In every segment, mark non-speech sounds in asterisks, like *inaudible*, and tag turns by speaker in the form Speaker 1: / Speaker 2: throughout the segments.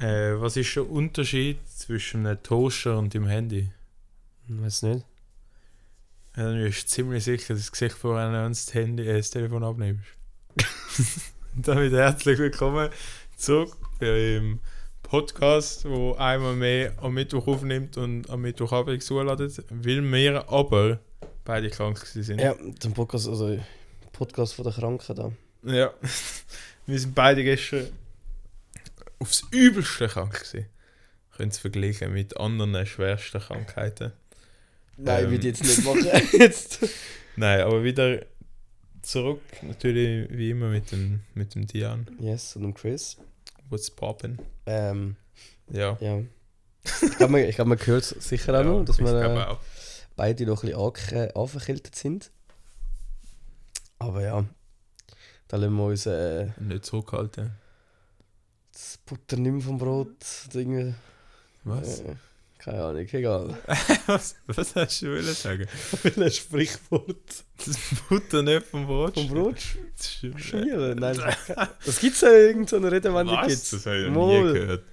Speaker 1: Äh, was ist der Unterschied zwischen einem Toaster und dem Handy?
Speaker 2: Weiß nicht.
Speaker 1: Ja, Dann bist du ziemlich sicher, dass du Gesicht vor einem das, Handy, äh, das Telefon abnimmst. *laughs* Und Damit herzlich willkommen zurück beim Podcast, wo einmal mehr am Mittwoch aufnimmt und am Mittwochabend zuladet, weil wir aber beide krank gewesen sind.
Speaker 2: Ja, der Podcast, also Podcast von der Kranken da.
Speaker 1: Ja. *laughs* Wir sind beide gestern aufs Übelste krank gewesen. Können es vergleichen mit anderen schwersten Krankheiten.
Speaker 2: Nein,
Speaker 1: Ähm.
Speaker 2: würde ich jetzt nicht *laughs* machen. jetzt.
Speaker 1: Nein, aber wieder zurück, natürlich wie immer mit dem, mit dem Dian.
Speaker 2: Yes, und um Chris.
Speaker 1: What's poppin'?
Speaker 2: Ähm,
Speaker 1: Ja.
Speaker 2: ja. Ich glaube, man, ich glaub, man hört es sicher auch
Speaker 1: ja,
Speaker 2: noch, dass
Speaker 1: ich
Speaker 2: wir
Speaker 1: glaube
Speaker 2: äh,
Speaker 1: auch.
Speaker 2: beide noch ein bisschen ange- äh, angekältet sind. Aber ja, da lassen wir uns äh,
Speaker 1: Nicht zurückhalten.
Speaker 2: das Butter nicht mehr vom Brot. oder Irgendwie,
Speaker 1: Was?
Speaker 2: Äh, keine Ahnung, egal.
Speaker 1: *laughs* was? Was hast du wollen sagen? *laughs*
Speaker 2: Ein Sprichwort
Speaker 1: Das Butter nicht vom Brot.
Speaker 2: vom Brot
Speaker 1: Das stimmt.
Speaker 2: schmieren. Nein, das gibt es ja in irgendeiner Redewendung.
Speaker 1: Was?
Speaker 2: gibt's.
Speaker 1: Das habe ich noch nie
Speaker 2: Mal.
Speaker 1: gehört.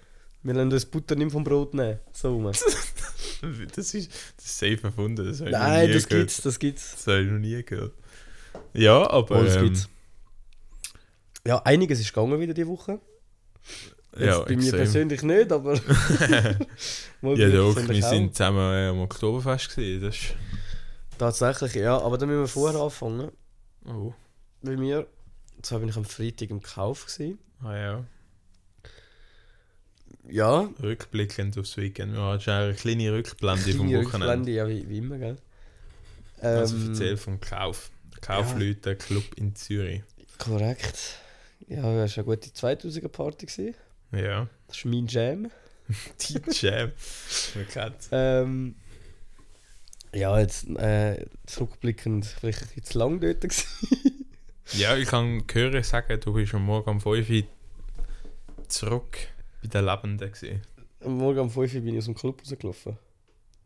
Speaker 2: Wir lassen das Butter nicht vom Brot nehmen. So rum.
Speaker 1: Das ist, das ist safe erfunden. Das habe ich noch
Speaker 2: Nein,
Speaker 1: nie
Speaker 2: das
Speaker 1: gehört.
Speaker 2: gibt's, das gibt's.
Speaker 1: Das habe ich noch nie gehört. Ja, aber.
Speaker 2: Mal, das
Speaker 1: ähm,
Speaker 2: gibt's. Ja, einiges ist gegangen wieder diese Woche. Jetzt
Speaker 1: ja,
Speaker 2: bei mir
Speaker 1: extrem.
Speaker 2: persönlich nicht, aber. *laughs*
Speaker 1: *laughs*
Speaker 2: Mal
Speaker 1: Ja,
Speaker 2: bei mir
Speaker 1: doch,
Speaker 2: persönlich
Speaker 1: wir
Speaker 2: auch.
Speaker 1: sind zusammen äh, am Oktoberfest gewesen. Das ist.
Speaker 2: Tatsächlich, ja, aber dann müssen wir vorher anfangen. ne?
Speaker 1: Oh.
Speaker 2: Bei mir, zwar bin ich am Freitag im Kauf. Gewesen.
Speaker 1: Ah ja.
Speaker 2: Ja,
Speaker 1: Rückblickend aufs Weekend. Wir haben schon eine kleine Rückblende vom
Speaker 2: kleine
Speaker 1: Wochenende.
Speaker 2: Rückblende, ja, wie, wie immer, gell? Ähm,
Speaker 1: Also erzähl vom Kauf. Kaufleute Club in Zürich.
Speaker 2: Korrekt. Ja, das war eine gute 2000er-Party. gewesen. *laughs*
Speaker 1: Ja.
Speaker 2: Das war mein Jam.
Speaker 1: Die Jam. Man kennt's.
Speaker 2: Ähm, ja, jetzt äh, zurückblickend, vielleicht ein bisschen zu lang dort. gewesen.
Speaker 1: Ja, ich kann hören sagen, du bist am Morgen um 5 Uhr zurück bei den Lebenden gewesen.
Speaker 2: Am Morgen um 5 Uhr bin ich aus dem Club rausgelaufen.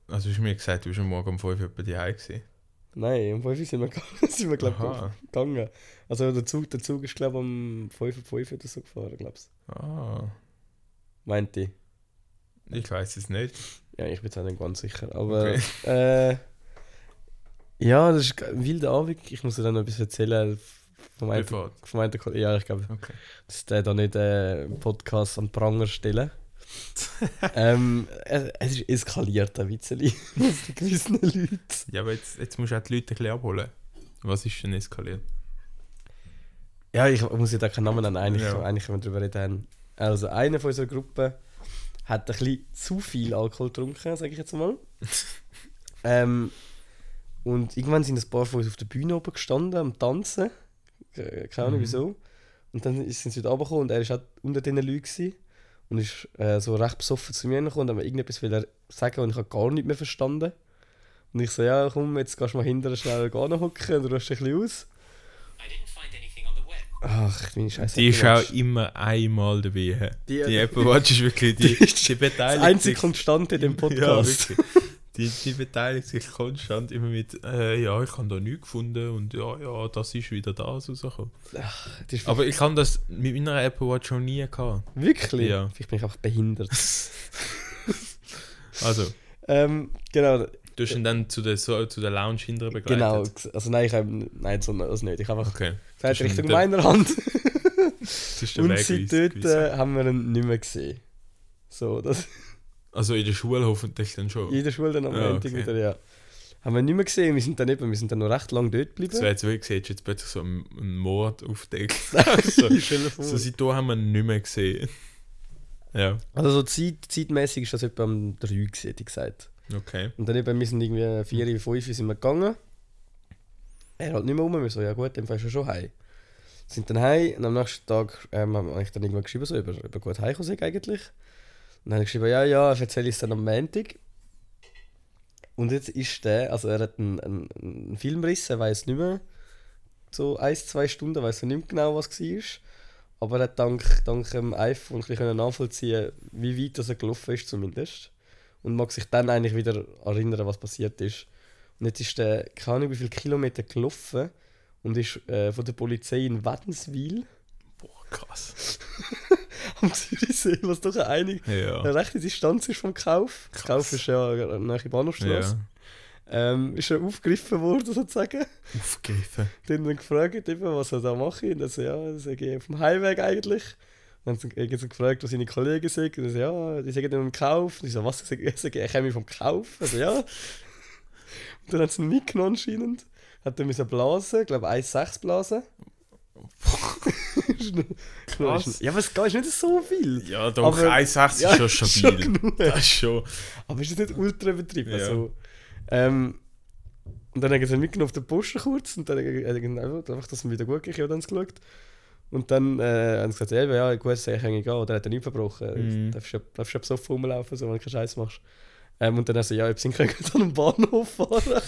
Speaker 1: Also hast du mir gesagt, du bist am Morgen um 5 Uhr bei dir gewesen.
Speaker 2: Nein, um 5 Uhr sind wir, ge- *laughs* sind wir glaube
Speaker 1: Aha.
Speaker 2: ich, gegangen. Also der Zug, der Zug ist, glaube ich, um 5 Uhr, 5 Uhr oder so gefahren, glaube ich.
Speaker 1: Ah.
Speaker 2: Meinte ich.
Speaker 1: Ich weiß es nicht.
Speaker 2: Ja, ich bin jetzt auch nicht ganz sicher. Aber,
Speaker 1: Okay.
Speaker 2: äh, ja, das ist ein wilder Abend. Ich muss dir dann noch etwas erzählen äh, vom einen,
Speaker 1: Privat.
Speaker 2: vom einen Kollegen. Ja, ich glaube,
Speaker 1: Okay.
Speaker 2: dass der da nicht äh, einen Podcast an den Pranger stellen. ähm, es, es ist eskaliert, ein Witzeli. *laughs* Aus den gewissen Leuten.
Speaker 1: Ja, aber jetzt, jetzt musst du auch die Leute ein bisschen abholen. Was ist denn eskaliert?
Speaker 2: Ja, ich muss jetzt auch keinen Namen nennen, eigentlich,
Speaker 1: Ja.
Speaker 2: eigentlich wenn wir darüber reden. haben. Also, einer von unserer Gruppe hat ein bisschen zu viel Alkohol getrunken, sage ich
Speaker 1: *laughs*
Speaker 2: jetzt mal. ähm, und irgendwann sind ein paar von uns auf der Bühne oben gestanden, am Tanzen. Ke- Keine Ahnung
Speaker 1: Mhm.
Speaker 2: wieso. Und dann ist- sind sie wieder runtergekommen und er war auch unter diesen Leuten. Gewesen. Und ist äh, so recht besoffen zu mir gekommen und hat mir irgendetwas wollte sagen und ich habe gar nicht mehr verstanden. Und ich so, ja komm, jetzt gehst du mal hinterher schnell gehen hocken und ruhst dich ein bisschen aus.
Speaker 3: I didn't find anything on the web.
Speaker 2: Ach, meine Scheiße.
Speaker 1: Die ist auch immer einmal dabei. hä?
Speaker 2: Die-
Speaker 1: Die, Apple Watch ist
Speaker 2: *laughs*
Speaker 1: wirklich die,
Speaker 2: Die ist
Speaker 1: die
Speaker 2: Das
Speaker 1: beteiligt *laughs*
Speaker 2: einzige
Speaker 1: sich-
Speaker 2: Konstante in dem
Speaker 1: Ja,
Speaker 2: Podcast.
Speaker 1: wirklich. Die, die beteiligt sich konstant immer mit, äh, ja, ich habe da nichts gefunden und ja, ja, das ist wieder das rausgekommen.
Speaker 2: Das ist
Speaker 1: Aber ich habe das mit meiner Apple Watch schon nie gehabt.
Speaker 2: wirklich?
Speaker 1: Ja.
Speaker 2: Vielleicht bin ich einfach behindert.
Speaker 1: Also,
Speaker 2: ähm, genau,
Speaker 1: du hast ihn dann zu der, so, zu der Lounge hinterher begleitet.
Speaker 2: genau. Also nein, ich habe nein, so das nicht. Ich habe einfach
Speaker 1: Okay.
Speaker 2: gesagt,
Speaker 1: ist
Speaker 2: Richtung
Speaker 1: ein-
Speaker 2: meiner Hand.
Speaker 1: Das ist *laughs* der
Speaker 2: Und
Speaker 1: Weg
Speaker 2: seit
Speaker 1: gewesen-
Speaker 2: dort
Speaker 1: gewesen.
Speaker 2: äh, haben wir ihn nicht mehr gesehen. So, das
Speaker 1: Also in der Schule hoffentlich dann schon.
Speaker 2: jeder Schule dann am
Speaker 1: Ja,
Speaker 2: Montag
Speaker 1: Oh. Ah, okay.
Speaker 2: wieder, ja. Haben wir ihn nicht mehr gesehen, wir sind dann eben, wir sind dann noch recht lange dort
Speaker 1: So
Speaker 2: geblieben.
Speaker 1: jetzt wirklich siehst du jetzt plötzlich so einen einen Mord *laughs*
Speaker 2: *laughs*
Speaker 1: aufdeckt. so,
Speaker 2: Stell dir vor.
Speaker 1: so seitdem haben wir ihn nicht mehr gesehen. Ja,
Speaker 2: Also so zeit, zeitmäßig ist das etwa am 3 gewesen, hätte ich gesagt.
Speaker 1: okay.
Speaker 2: Und dann eben, wir sind irgendwie 4, 5 sind wir gegangen. Er hat nicht mehr rum, wir so, ja gut, dann fährst du schon heim. Sind dann heim und am nächsten Tag ähm, habe ich dann irgendwann geschrieben, so über, über gut heimkommen sind eigentlich. Und dann habe ich geschrieben, ja, ja, ich erzähle es dann am Montag. Und jetzt ist der, also er hat einen, einen, einen Filmriss, er weiß nicht mehr, so ein, zwei Stunden, weiß er nicht mehr genau, was war. Aber er hat dank, dank dem iPhone ein bisschen nachvollziehen wie weit das er gelaufen ist zumindest und mag sich dann eigentlich wieder erinnern, was passiert ist. Und jetzt ist der, keine Ahnung, wie viele Kilometer gelaufen *laughs* und ist äh, von der Polizei in Wädenswil
Speaker 1: Boah, krass.
Speaker 2: am Zürichsee, was doch eine, einig,
Speaker 1: Ja.
Speaker 2: eine rechte Distanz ist vom Kauf. Das Kauf ist ja nach Bahnhofstrasse.
Speaker 1: ja.
Speaker 2: Ähm, ist er aufgegriffen worden, sozusagen.
Speaker 1: Aufgegriffen.
Speaker 2: Die haben dann gefragt, eben, was er da mache. Und er so, ja, das sei auf dem Heimweg eigentlich. Und dann haben sie gefragt, was seine Kollegen sind. Und er so, ja, die sagen dann am Kauf. Und ich so, was? Er sagt, er sagt, er käme vom Kauf. Also ja. Und dann hat sie ihn mitgenommen anscheinend. Hat dann müssen blasen, ich glaube
Speaker 1: *laughs*
Speaker 2: 1,6 blasen. *laughs* Ist noch-
Speaker 1: Krass.
Speaker 2: ist noch- Ja, aber es ist nicht so viel.
Speaker 1: Ja, doch,
Speaker 2: Aber-
Speaker 1: 1,60 ist schon stabil.
Speaker 2: genug.
Speaker 1: das ist schon.
Speaker 2: Aber ist das nicht ultra übertrieben?
Speaker 1: Ja.
Speaker 2: Also, ähm, und dann haben sie ihn mitgenommen auf den Posten kurz und dann haben sie einfach, einfach, dass es ihm wieder gut ging, dann geschaut. Und dann äh, haben sie gesagt, eben, ja, gut, ich kann ich gehen, oder hat er nichts verbrochen.
Speaker 1: Mhm.
Speaker 2: Mhm. Darfst du darfst ja besoffen rumlaufen, so, wenn du keinen Scheiß machst. Ähm, und dann haben sie, ja, ob sie ihn können *laughs* an den Bahnhof fahren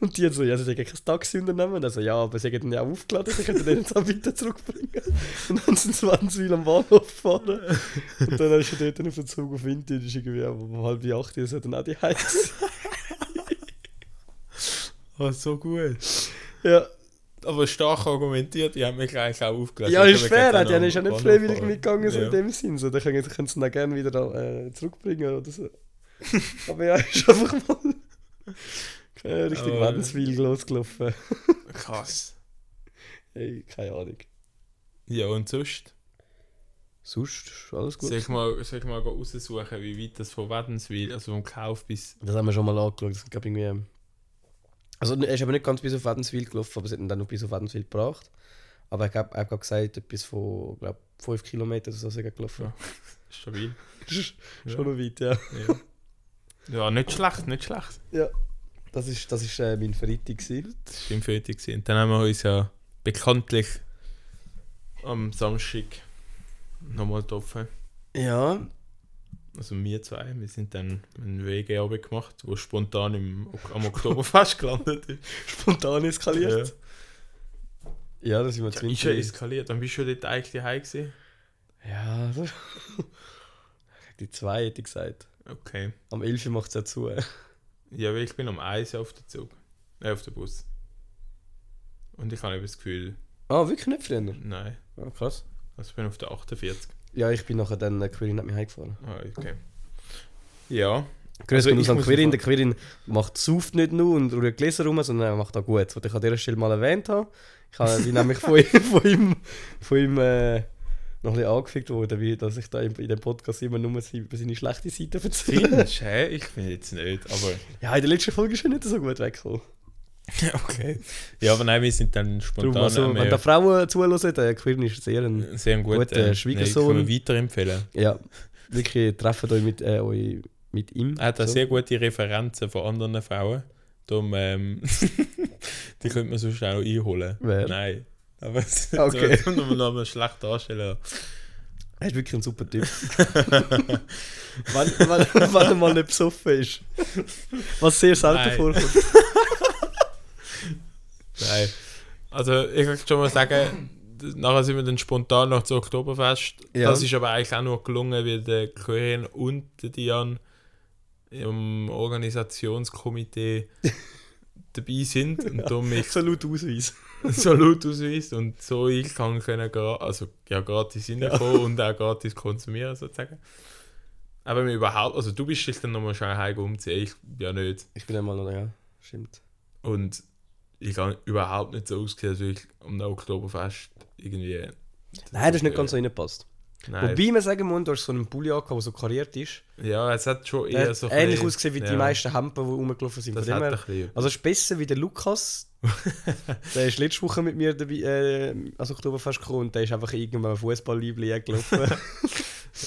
Speaker 2: Und die haben so, ja, sie haben kein Taxi unternehmen. Und also, ja, aber sie haben ihn ja aufgeladen, sie können ihn jetzt auch weiter zurückbringen. *laughs* Und dann sind sie 20 Meilen am Bahnhof gefahren. *laughs* Und dann hast du dort auf den Zug auf Winter, das ist irgendwie um um halb acht, das hat dann auch die Heiz. *laughs*
Speaker 1: Ah, so gut.
Speaker 2: ja.
Speaker 1: Aber stark argumentiert, die haben mich eigentlich auch aufgelesen.
Speaker 2: ja,
Speaker 1: Ich
Speaker 2: ist
Speaker 1: hab
Speaker 2: fair,
Speaker 1: gedacht,
Speaker 2: die haben
Speaker 1: ah,
Speaker 2: ist ja nicht
Speaker 1: Bahnhof
Speaker 2: freiwillig
Speaker 1: fahren.
Speaker 2: mitgegangen, so
Speaker 1: Ja.
Speaker 2: in dem Sinn. So, dann können, können sie ihn auch gerne wieder äh, zurückbringen oder so. *laughs* Aber ja, ist einfach mal *laughs* keine richtig
Speaker 1: Aber-
Speaker 2: Wendenswil losgelaufen.
Speaker 1: Krass.
Speaker 2: Hey, keine Ahnung.
Speaker 1: Ja, und sonst?
Speaker 2: Sonst ist alles
Speaker 1: Soll ich mal, soll ich mal raussuchen, wie weit das von Wädenswil, also vom Kauf bis.
Speaker 2: Das haben wir schon mal angeschaut. Das gab irgendwie. ähm, Also er ist aber nicht ganz bis auf Wädenswil gelaufen, aber sie haben ihn dann noch bis auf Wädenswil gebracht. Aber ich habe gerade gesagt, etwas von, glaube 5 Kilometern oder so sind er gelaufen.
Speaker 1: Ja. Stabil.
Speaker 2: Sch- schon noch weit, ja.
Speaker 1: Ja. ja, nicht schlecht, nicht schlecht.
Speaker 2: Ja. Das ist, das ist äh, mein Freitag. Gewesen.
Speaker 1: Das war im Freitag. gewesen. Und dann haben wir uns ja bekanntlich am Samstag nochmal getroffen.
Speaker 2: Ja.
Speaker 1: Also wir zwei, wir sind dann einen WG-Abend gemacht, wo spontan im, Ok- am Oktoberfest gelandet ist.
Speaker 2: Spontan
Speaker 1: Ja.
Speaker 2: eskaliert. Ja, das sind wir
Speaker 1: Ja, ist ja eskaliert. Dann bist du dort eigentlich heim gewesen.
Speaker 2: Ja, so. *laughs* Die zwei hätte ich gesagt.
Speaker 1: Okay.
Speaker 2: Am 11. macht es ja zu. äh.
Speaker 1: Ja, weil ich bin am 1 auf den Zug. Äh, auf den Bus. Und ich habe eben das Gefühl,
Speaker 2: Ah, wirklich nicht früher?
Speaker 1: nein.
Speaker 2: Ah, krass.
Speaker 1: Also ich bin auf der 48.
Speaker 2: Ja, ich bin nachher dann, äh, Quirin hat mich heimgefahren.
Speaker 1: Ah, okay. Ja. Also
Speaker 2: Grüße also
Speaker 1: ich
Speaker 2: an
Speaker 1: muss
Speaker 2: Quirin.
Speaker 1: einfach-
Speaker 2: Der Quirin macht sauft nicht nur und rührt Gläser rum, sondern er macht auch gut. Was ich an dieser Stelle mal erwähnt habe. Ich habe bin nämlich von ihm, *laughs* von ihm, von ihm äh, noch ein bisschen angefickt worden, wie, dass ich da in, in dem Podcast immer nur sie- über seine schlechte Seite erzähle.
Speaker 1: Findest du, hä? Ich finde jetzt nicht,
Speaker 2: *laughs*
Speaker 1: aber...
Speaker 2: ja, in der letzten Folge ist er nicht so gut weggekommen.
Speaker 1: Okay. Ja, aber nein, wir sind dann
Speaker 2: Darum,
Speaker 1: spontan
Speaker 2: also,
Speaker 1: am,
Speaker 2: wenn
Speaker 1: äh,
Speaker 2: da Frauen zuhören, der Quirin ist sehr ein...
Speaker 1: sehr ein
Speaker 2: guter
Speaker 1: guter
Speaker 2: Schwiegersohn.
Speaker 1: Nein, kann man weiterempfehlen.
Speaker 2: Ja, wirklich, treffen euch mit, äh, euch mit ihm.
Speaker 1: Er hat auch
Speaker 2: So.
Speaker 1: sehr gute Referenzen von anderen Frauen. Darum, ähm, *laughs* die könnte man so schnell einholen.
Speaker 2: Wer?
Speaker 1: Nein. Aber es *laughs*
Speaker 2: Okay.
Speaker 1: das können wir noch mal schlecht darstellen.
Speaker 2: Er ist wirklich ein super Typ. *laughs* wenn, wenn, wenn er mal nicht besoffen ist. Was sehr selten
Speaker 1: Nein.
Speaker 2: vorkommt.
Speaker 1: *laughs* Nein. Also ich kann schon mal sagen, d- nachher sind wir dann spontan noch zu Oktoberfest.
Speaker 2: Ja.
Speaker 1: Das ist aber eigentlich auch nur gelungen, weil der Corinne und der Dian im Organisationskomitee dabei sind und darum mich
Speaker 2: Absolut Ausweis.
Speaker 1: so laut ausweist und so ich kann können gra- also ja gratis reinkommen und auch gratis konsumieren sozusagen. Aber mir überhaupt, also du bist dich dann nochmal schnell heim umziehen, ich ja nicht.
Speaker 2: Ich bin einmal noch, ja, stimmt.
Speaker 1: Und ich habe überhaupt nicht so ausgesehen, als würde ich am Oktoberfest irgendwie.
Speaker 2: Nein, das ist nicht ganz so reingepasst.
Speaker 1: Nein.
Speaker 2: Wobei man sagen muss, du hast so einen Pulli angehabt, der so kariert ist.
Speaker 1: ja, es hat schon
Speaker 2: Der
Speaker 1: eher
Speaker 2: hat
Speaker 1: so. ein
Speaker 2: ähnlich
Speaker 1: bisschen-
Speaker 2: ausgesehen wie
Speaker 1: ja,
Speaker 2: die meisten Hempen, die rumgelaufen sind.
Speaker 1: Das
Speaker 2: Von
Speaker 1: hat
Speaker 2: dem
Speaker 1: ein
Speaker 2: her,
Speaker 1: bisschen.
Speaker 2: also ist besser wie
Speaker 1: *laughs*
Speaker 2: der Lukas. der ist letzte Woche mit mir dabei, äh, also Oktoberfest gekommen und der ist einfach irgendwann Fußball-Liebling gelaufen.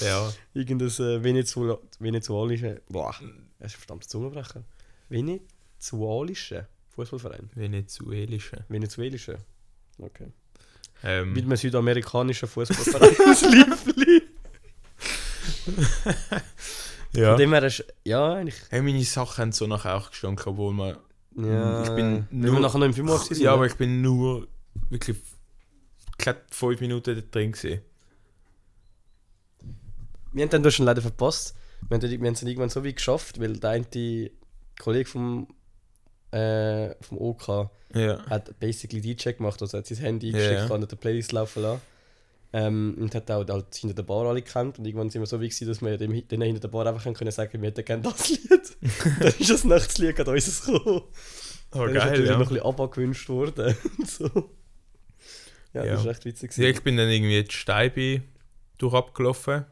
Speaker 1: Ja,
Speaker 2: Irgendein äh, Venezuela venezuelische. Boah, das ist ein verdammtes Zungenbrecher. Venezuelische Fußballverein.
Speaker 1: venezuelische.
Speaker 2: Venezuelische.
Speaker 1: Hm.
Speaker 2: Okay. Mit
Speaker 1: Ähm,
Speaker 2: einem südamerikanischen Fußballverein aus Liebling.
Speaker 1: ja.
Speaker 2: Von dem her ist. Ja, eigentlich.
Speaker 1: Hey, meine Sachen haben so nachher auch gestanden, obwohl man. Hm,
Speaker 2: Ja,
Speaker 1: Ich bin
Speaker 2: Weil
Speaker 1: nur-
Speaker 2: wir nachher noch im Film waren.
Speaker 1: Ja, aber ich bin nur wirklich knapp fünf Minuten dort drin gewesen.
Speaker 2: Wir haben dann durch den leider verpasst. Wir haben, dann, wir haben es dann irgendwann so weit geschafft, weil der eine Kollege vom, äh, vom OK
Speaker 1: Ja.
Speaker 2: hat basically DJ gemacht, also hat sein Handy
Speaker 1: Ja, ja.
Speaker 2: eingeschickt, yeah. hat eine Playlist laufen lassen. Ähm, und hat auch halt hinter der Bar alle gekannt. Und irgendwann sind wir so wie gewesen, dass wir dem, denen hinter der Bar einfach haben können sagen, wir hätten gerne
Speaker 1: *laughs*
Speaker 2: das Lied. dann ist das Nachtslied an uns gekommen.
Speaker 1: Oh,
Speaker 2: dann ist
Speaker 1: geil,
Speaker 2: natürlich
Speaker 1: ja.
Speaker 2: noch ein bisschen abgewünscht worden. *laughs* und so. Ja,
Speaker 1: Ja.
Speaker 2: das ist echt witzig.
Speaker 1: Ja,
Speaker 2: gewesen.
Speaker 1: ich bin dann irgendwie die Steibe durch abgelaufen.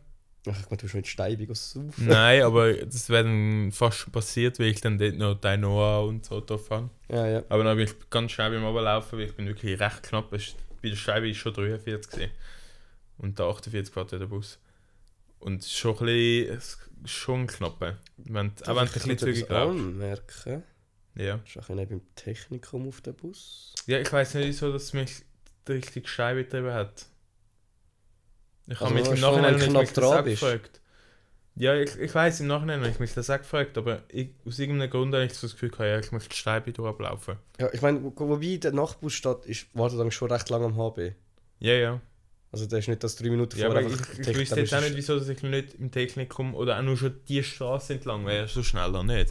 Speaker 2: Ach, ich meine, du bist schon in Steibig *laughs* saufen.
Speaker 1: Nein, aber das wäre dann fast schon passiert, weil ich dann dort noch die Noah und so drauf habe.
Speaker 2: Ja, ja.
Speaker 1: Aber dann bin ich ganz schnell beim Runterlaufen, weil ich bin wirklich recht knapp. Es- Bei der Scheibe war schon 43 gewesen. und da 48 fährt ja der Bus. Und es ist schon ein bisschen, es ist schon knapp. Wenn, auch wenn du ein bisschen zügig glaubst.
Speaker 2: anmerken.
Speaker 1: Ja.
Speaker 2: Das ist auch ein bisschen beim Technikum auf dem Bus.
Speaker 1: ja, ich weiß nicht, wieso dass mich die richtige Scheibe getrieben hat. Ich
Speaker 2: Also,
Speaker 1: habe mich
Speaker 2: wenn
Speaker 1: im
Speaker 2: du schon
Speaker 1: Nachhinein nicht
Speaker 2: mal knapp
Speaker 1: mich das
Speaker 2: dran
Speaker 1: auch
Speaker 2: bist.
Speaker 1: gefragt. Ja, ich, ich weiß im Nachhinein habe ich mich das auch gefragt, aber ich, aus irgendeinem Grund habe ich so das Gefühl gehabt, ja, ich möchte die Scheibe durchlaufen.
Speaker 2: Ja, ich meine, wo- wobei der Nachtbus steht, ist, wartet dann schon recht lange am HB.
Speaker 1: Ja, ja.
Speaker 2: Also der ist nicht das drei Minuten
Speaker 1: Ja, aber
Speaker 2: vorher
Speaker 1: ich,
Speaker 2: einfach
Speaker 1: ich
Speaker 2: Tech-
Speaker 1: wüsste
Speaker 2: dann
Speaker 1: jetzt auch
Speaker 2: ist-
Speaker 1: nicht, wieso dass ich nicht im Technikum oder auch nur schon die Straße entlang wäre, so schnell da nicht.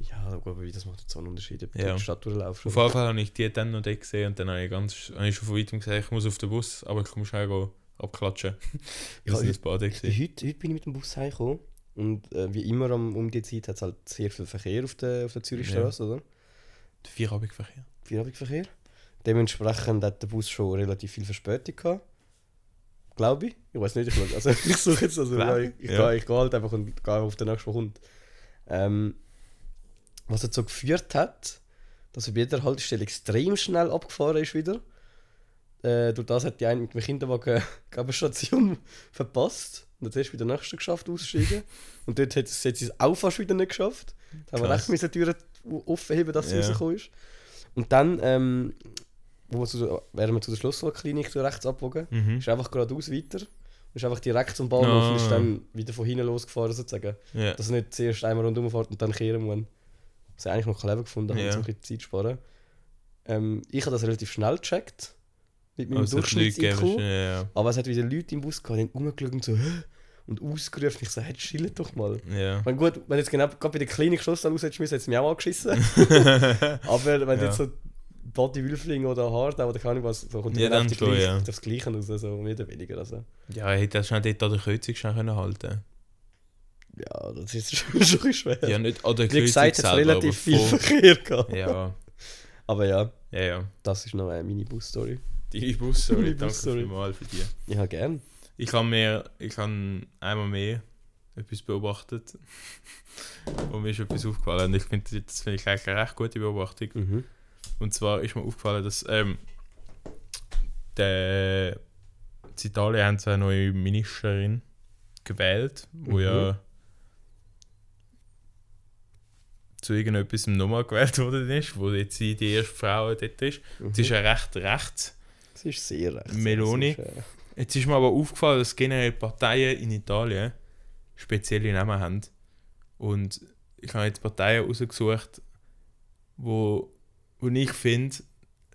Speaker 2: Ja, gut, aber das macht jetzt so einen Unterschied, ob du
Speaker 1: Ja.
Speaker 2: die Stadt durchlaufst.
Speaker 1: Auf
Speaker 2: oder-
Speaker 1: jeden Fall habe ich die dann noch dort gesehen und dann habe ich, ganz, habe ich schon von weitem gesagt, ich muss auf den Bus, aber ich muss schnell gehen, abklatschen. *laughs*
Speaker 2: Ja,
Speaker 1: Das war
Speaker 2: ich-
Speaker 1: das Bad.
Speaker 2: Wie Heute, heute bin ich mit dem Bus heimgekommen und äh, wie immer um, um die Zeit hat es halt sehr viel Verkehr auf der, auf der Zürichstraße, oder?
Speaker 1: Der Feierabendverkehr.
Speaker 2: Feierabendverkehr. Dementsprechend hat der Bus schon relativ viel Verspätung gehabt. Glaube ich. Ich weiß nicht, ich, schau- also, *laughs* ich suche jetzt, also ja,
Speaker 1: Glaub ich,
Speaker 2: ich, ich,
Speaker 1: ja.
Speaker 2: gehe, ich gehe halt einfach und gehe auf den nächsten, der kommt. Ähm, was dazu geführt hat, dass auf jeder Haltestelle extrem schnell abgefahren ist wieder. Äh, durch das hat die eine mit dem Kinderwagen *laughs* die Gabelstation verpasst. Und dann hast du wieder nächsten
Speaker 1: *laughs*
Speaker 2: geschafft aussteigen. und dort hat es hat sie es auch fast wieder nicht geschafft. Da haben wir
Speaker 1: Krass.
Speaker 2: recht müssen die Türen offen haben, dass sie
Speaker 1: Ja.
Speaker 2: rausgekommen ist. Und dann, ähm, wo wir zu, wären wir zu der Schlussfallklinik so rechts abgewogen,
Speaker 1: Mhm.
Speaker 2: ist einfach geradeaus weiter. und Ist einfach direkt zum Bahnhof und ist
Speaker 1: Ah.
Speaker 2: dann wieder von hinten losgefahren sozusagen.
Speaker 1: Ja.
Speaker 2: Dass er nicht zuerst einmal rundherum fährt und dann kehren muss. Was ich eigentlich noch clever gefunden habe,
Speaker 1: Ja.
Speaker 2: um ein bisschen Zeit zu sparen. Ähm, ich habe das relativ schnell gecheckt. Mit meinem
Speaker 1: Also, dass Leute
Speaker 2: Durchschnitts-IQ.
Speaker 1: geben, ja,
Speaker 2: Aber es hat wieder Leute im Bus gehabt, die haben rumgeschaut und so «Hä?» und ausgerufen. Ich so, hey, chillt doch mal.
Speaker 1: ja. ja.
Speaker 2: Ich meine, gut, wenn jetzt genau gerade bei der Klinik Schluss dann raus hättest müssen, hätte es mich
Speaker 1: *laughs*
Speaker 2: auch angeschissen. Aber wenn
Speaker 1: Ja.
Speaker 2: jetzt so Body Wülfling oder Hardau oder keine Ahnung was, so kommt
Speaker 1: Ja,
Speaker 2: dann auf
Speaker 1: dann
Speaker 2: die
Speaker 1: schon,
Speaker 2: Gleiche-
Speaker 1: ja.
Speaker 2: auf das Gleiche raus, also mehr oder weniger. Also.
Speaker 1: ja, ich hätte auch schnell dort an der Kreuzung schnell können halten
Speaker 2: Ja, das ist *laughs* schon, schon ein bisschen schwer.
Speaker 1: Ja, nicht an der Kreuzung
Speaker 2: Wie gesagt, es hat
Speaker 1: selber,
Speaker 2: relativ
Speaker 1: aber
Speaker 2: viel
Speaker 1: vor-
Speaker 2: Verkehr gehabt.
Speaker 1: Ja,
Speaker 2: Aber ja,
Speaker 1: ja, ja.
Speaker 2: das ist noch eine Minibus-Story. *laughs*
Speaker 1: Die Bus-Story,
Speaker 2: Meine
Speaker 1: danke
Speaker 2: Bus-Story.
Speaker 1: vielmals für die.
Speaker 2: Ja, gern.
Speaker 1: Ich habe mir, ich habe einmal mehr etwas beobachtet *laughs* und mir ist etwas aufgefallen. Und ich finde, das finde ich eigentlich eine recht gute Beobachtung.
Speaker 2: Mhm.
Speaker 1: Und zwar ist mir aufgefallen, dass ähm, der in Italien haben sie eine neue Ministerin gewählt, wo
Speaker 2: Mhm.
Speaker 1: ja zu irgendetwas nochmal gewählt worden ist, wo jetzt sie die erste Frau dort ist.
Speaker 2: Mhm.
Speaker 1: Sie ist ja recht rechts.
Speaker 2: Es ist sehr recht.
Speaker 1: Meloni.
Speaker 2: Das ist, äh,
Speaker 1: Jetzt ist mir aber aufgefallen, dass generell Parteien in Italien spezielle Namen haben. Und ich habe jetzt Parteien rausgesucht, wo, wo ich finde,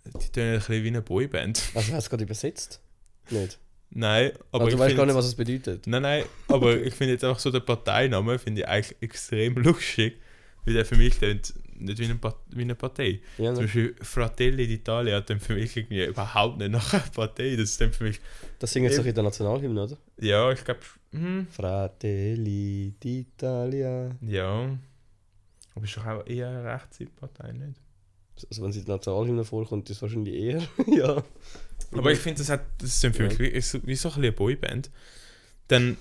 Speaker 1: die tönen ein bisschen wie eine Boyband. *laughs*
Speaker 2: Also, hast du gerade übersetzt? Nicht.
Speaker 1: Nein, aber
Speaker 2: Aber also,
Speaker 1: ich
Speaker 2: du weißt
Speaker 1: find-
Speaker 2: gar nicht, was es bedeutet.
Speaker 1: Nein, nein, aber ich finde jetzt einfach so den Parteinamen finde ich eigentlich extrem lustig, weil der für mich tönt nicht wie eine, Part wie eine Partei.
Speaker 2: Ja,
Speaker 1: Zum
Speaker 2: ne?
Speaker 1: Beispiel Fratelli d'Italia tönt für mich irgendwie überhaupt nicht nach einer Partei. Das ist dann für mich,
Speaker 2: Das singen jetzt doch in der Nationalhymne, oder?
Speaker 1: ja, ich glaube, hm,
Speaker 2: Fratelli d'Italia.
Speaker 1: Ja. Aber ist doch auch eher eine rechte Partei, nicht?
Speaker 2: Also wenn sie dann zu allem vorkommt, ist es wahrscheinlich eher. *laughs* ja.
Speaker 1: Aber ich finde, das, hat, das sind für
Speaker 2: Ja.
Speaker 1: mich wie, ist so- wie so ein bisschen eine Boyband. Dann,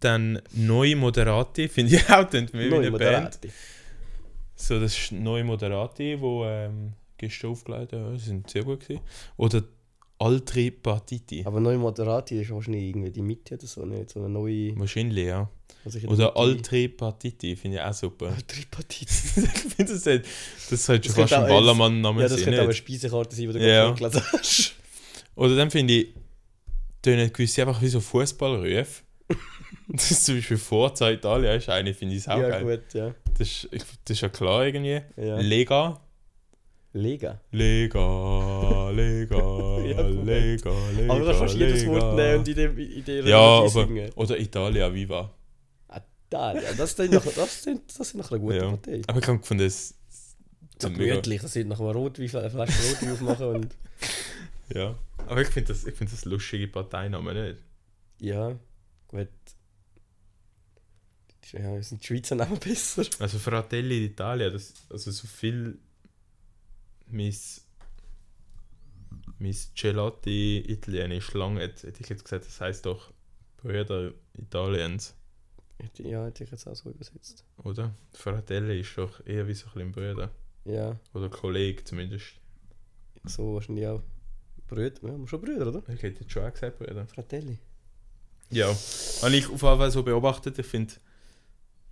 Speaker 1: dann Neue Moderati, finde ich *laughs* auch, klingt mehr wie eine Band.
Speaker 2: Moderati.
Speaker 1: So, das ist Neue Moderati, wo ähm, gestern aufgelegt haben, ja, die sind sehr gut gewesen. Oder Altri Partiti.
Speaker 2: Aber neue Moderati ist wahrscheinlich irgendwie die Mitte oder so, nicht? So eine neue.
Speaker 1: Wahrscheinlich, ja.
Speaker 2: Was ich in der
Speaker 1: Oder
Speaker 2: Mitte- *laughs*
Speaker 1: Altri Partiti, finde ich auch super. *laughs*
Speaker 2: Tripartit.
Speaker 1: ich finde, das, hat- das sollte
Speaker 2: Das
Speaker 1: fast
Speaker 2: könnte
Speaker 1: ein
Speaker 2: auch jetzt-
Speaker 1: Ballermann-Name
Speaker 2: Ja, das
Speaker 1: sein.
Speaker 2: könnte auch
Speaker 1: nicht?
Speaker 2: eine Speisekarte sein, die du
Speaker 1: Ja.
Speaker 2: gerade *laughs* vorgelesen hast.
Speaker 1: Oder dann finde ich, tönen gewisse einfach wie so Fußballrufe. das ist zum Beispiel Forza Italia, ist eine, finde ich auch
Speaker 2: ja,
Speaker 1: geil.
Speaker 2: gut, ja.
Speaker 1: Das, ist, ich, das ist ja klar irgendwie.
Speaker 2: ja.
Speaker 1: Lega.
Speaker 2: Lega.
Speaker 1: Lega, Lega,
Speaker 2: *laughs* Ja, gut.
Speaker 1: Lega, Lega.
Speaker 2: Aber du kannst fast jedes
Speaker 1: Lega.
Speaker 2: Wort nehmen und in dem in der
Speaker 1: Ja, aber.
Speaker 2: singen.
Speaker 1: Oder Italia, Viva.
Speaker 2: Italia. Das sind noch, das sind, das sind noch eine gute
Speaker 1: Ja.
Speaker 2: Partei.
Speaker 1: Aber ich habe gefunden, das.
Speaker 2: So gemütlich, das sind noch mal Rotwein, eine Flasche Rotwein aufmachen und *laughs*
Speaker 1: Ja. Aber ich finde das, ich find das lustige Parteinamen nicht.
Speaker 2: Ja, gut. Ja, sind die Schweizer Namen besser?
Speaker 1: Also Fratelli d'Italia, das, also so viel mis mis Gelati italienisch langet, hätte ich jetzt gesagt, das heißt doch Brüder Italiens,
Speaker 2: Hätte- Ja, hätte ich jetzt auch so übersetzt.
Speaker 1: oder? Fratelli ist doch eher wie so ein bisschen Brüder
Speaker 2: Ja,
Speaker 1: oder Kollege zumindest.
Speaker 2: so wahrscheinlich auch. Brüder, ja, schon Brüder, oder?
Speaker 1: Ich hätte jetzt schon auch gesagt Brüder.
Speaker 2: Fratelli.
Speaker 1: Ja, habe ich auf jeden Fall so beobachtet. Ich finde,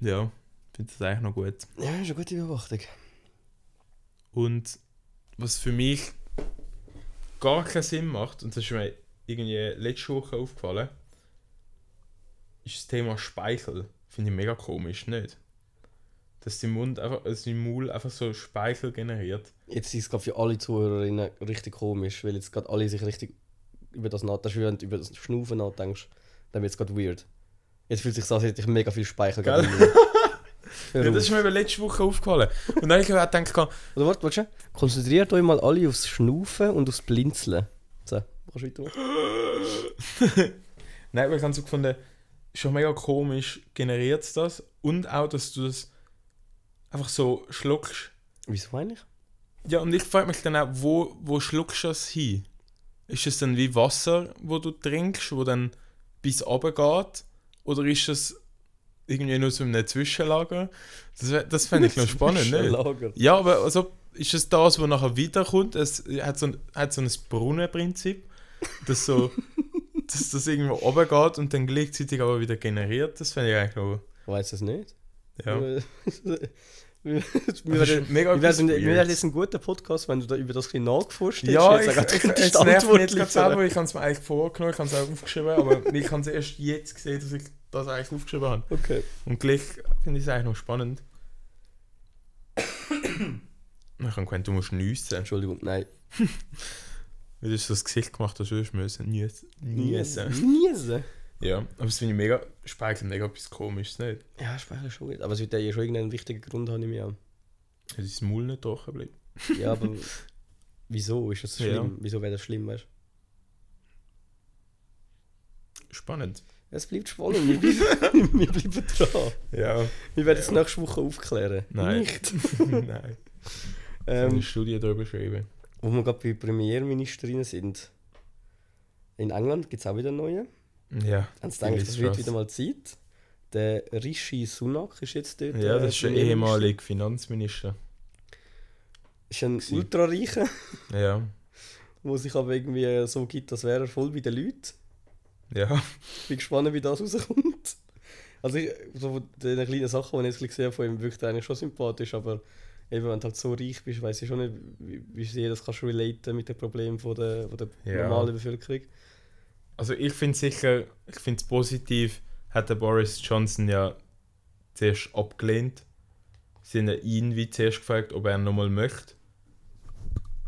Speaker 1: ja, finde das eigentlich noch gut.
Speaker 2: Ja, ist eine gute Beobachtung.
Speaker 1: Und was für mich gar keinen Sinn macht, und das ist mir irgendwie letzte Woche aufgefallen, ist das Thema Speichel. Finde ich mega komisch, nicht? Dass dein Mund einfach, also dein Maul einfach so Speichel generiert.
Speaker 2: Jetzt ist es gerade für alle Zuhörerinnen richtig komisch, weil jetzt gerade alle sich richtig über das nachdenken, wenn du über das Schnaufen nachdenkst, dann wird es gerade weird. Jetzt fühlt sich so, als hätte ich mega viel Speichel
Speaker 1: Gell?
Speaker 2: gerade in mir.
Speaker 1: *laughs*
Speaker 2: Hör
Speaker 1: Ja, das
Speaker 2: auf.
Speaker 1: ist mir eben letzte Woche aufgefallen. Und dann habe ich mir auch gedacht,
Speaker 2: Oder warte, warte, schnell. konzentriert euch mal alle aufs Schnaufen und aufs Blinzeln. So, kannst du weitermachen?
Speaker 1: Nein, aber ich habe so gefunden, schon mega komisch generiert das. Und auch, dass du das einfach so schluckst.
Speaker 2: Wieso eigentlich?
Speaker 1: Ja, und ich frage mich dann auch, wo, wo schluckst du das hin? Ist es dann wie Wasser, wo du trinkst, wo dann bis runter geht? Oder ist das irgendwie nur so in einem Zwischenlager? Das, wär- das fände
Speaker 2: *laughs*
Speaker 1: ich noch spannend, ne?
Speaker 2: Lager.
Speaker 1: Ja, aber also, ist es das, was nachher wiederkommt? Es hat so ein, hat so ein Brunnenprinzip, dass, so, dass das irgendwo runter geht und dann gleichzeitig aber wieder generiert. Das fände ich eigentlich noch...
Speaker 2: Weiß das nicht?
Speaker 1: Ja.
Speaker 2: Wir, *laughs* wir,
Speaker 1: Das ist
Speaker 2: werden,
Speaker 1: mega
Speaker 2: wir, werden,
Speaker 1: etwas
Speaker 2: wir
Speaker 1: weird.
Speaker 2: werden jetzt einen guten Podcast, wenn du da über das ein bisschen nachgeforscht hast.
Speaker 1: Ja,
Speaker 2: Jetzt
Speaker 1: ich,
Speaker 2: gerade
Speaker 1: ich,
Speaker 2: könntest
Speaker 1: es
Speaker 2: du die
Speaker 1: nervt mich
Speaker 2: Antwort
Speaker 1: jetzt gerade
Speaker 2: liefern.
Speaker 1: selber, ich habe es mir eigentlich vorgenommen, ich habe es auch aufgeschrieben,
Speaker 2: *laughs*
Speaker 1: aber ich habe es erst jetzt gesehen, dass ich das eigentlich aufgeschrieben habe.
Speaker 2: Okay.
Speaker 1: Und gleich finde ich es eigentlich noch spannend. *coughs* Ich habe gemeint, du musst nüssen.
Speaker 2: Entschuldigung, nein.
Speaker 1: Weil du hast so das Gesicht gemacht hast, würdest du müssen. Niesen. Niesen.
Speaker 2: Niesen?
Speaker 1: Ja, aber das finde ich mega, Speichel mega etwas komisches, nicht?
Speaker 2: Ja, Speichel ist schon gut. Aber es wird ja eh schon irgendeinen wichtigen Grund haben, nehme ich an.
Speaker 1: Dass dein Maul nicht trocken bleibt.
Speaker 2: Ja, aber
Speaker 1: *laughs*
Speaker 2: wieso ist das schlimm?
Speaker 1: Ja.
Speaker 2: Wieso wäre das schlimm, weißt du?
Speaker 1: Spannend.
Speaker 2: Es bleibt spannend, wir bleiben, *laughs* wir bleiben dran.
Speaker 1: Ja.
Speaker 2: Wir werden es nächste Woche aufklären.
Speaker 1: Nein.
Speaker 2: Nicht.
Speaker 1: *laughs* Nein. Ähm, eine
Speaker 2: *laughs* Ähm,
Speaker 1: Studie darüber schreiben.
Speaker 2: wo wir gerade bei Premierministerin sind. In England gibt es auch wieder einen neuen.
Speaker 1: Ja.
Speaker 2: Haben sie gedacht,
Speaker 1: Liz
Speaker 2: das wird
Speaker 1: Truss.
Speaker 2: wieder mal Zeit. Der Rishi Sunak ist jetzt dort.
Speaker 1: Ja,
Speaker 2: äh,
Speaker 1: das ist der
Speaker 2: Premierminister.
Speaker 1: ehemalige Finanzminister.
Speaker 2: Ist ein Ultrareicher, *laughs*
Speaker 1: Ja.
Speaker 2: der sich aber irgendwie so gibt, als wäre er voll bei den Leuten.
Speaker 1: Ja.
Speaker 2: bin gespannt, wie das rauskommt. Also, ich, so von den kleinen Sachen, die ich jetzt ein bisschen gesehen habe, von ihm wirkt er eigentlich schon sympathisch, aber eben, wenn du halt so reich bist, weiß ich schon nicht, wie, wie sehr das kannst du relaten mit den Problemen von der, von der
Speaker 1: Ja.
Speaker 2: normalen Bevölkerung.
Speaker 1: Also ich finde sicher, ich finde es positiv, hat der Boris Johnson ja zuerst abgelehnt. Sie haben ihn wie zuerst gefragt, ob er nochmal möchte.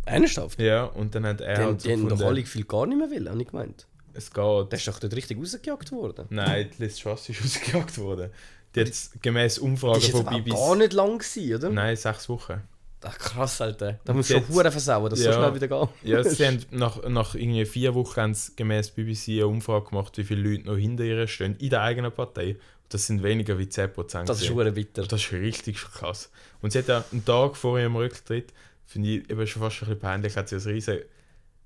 Speaker 2: Ernsthaft?
Speaker 1: Ja, und dann hat er
Speaker 2: Die, haben-
Speaker 1: halt so
Speaker 2: die haben doch
Speaker 1: gefunden,
Speaker 2: alle viel gar nicht mehr wollen, habe ich gemeint.
Speaker 1: es
Speaker 2: Der
Speaker 1: geht.
Speaker 2: ist doch dort richtig rausgejagt worden.
Speaker 1: Nein, die Liz Truss ist *laughs* rausgejagt worden. Die jetzt gemäß Umfragen
Speaker 2: Das ist jetzt
Speaker 1: von
Speaker 2: aber auch
Speaker 1: BBC...
Speaker 2: gar nicht lang gewesen, oder?
Speaker 1: Nein, sechs Wochen.
Speaker 2: Ach, krass, Alter. Da muss
Speaker 1: Und
Speaker 2: schon
Speaker 1: jetzt-
Speaker 2: Huren versauen, dass es so
Speaker 1: Ja.
Speaker 2: schnell wieder geht.
Speaker 1: Ja, sie haben nach, nach irgendwie vier Wochen haben sie gemäß BBC eine Umfrage gemacht, wie viele Leute noch hinter ihr stehen, in der eigenen Partei. Das sind weniger wie 10%.
Speaker 2: *laughs* Das ist
Speaker 1: gewesen.
Speaker 2: Huren bitter.
Speaker 1: Das ist richtig krass. Und sie hat ja einen Tag vor ihrem Rücktritt, finde ich eben schon fast ein bisschen peinlich, hat sie ein riesen,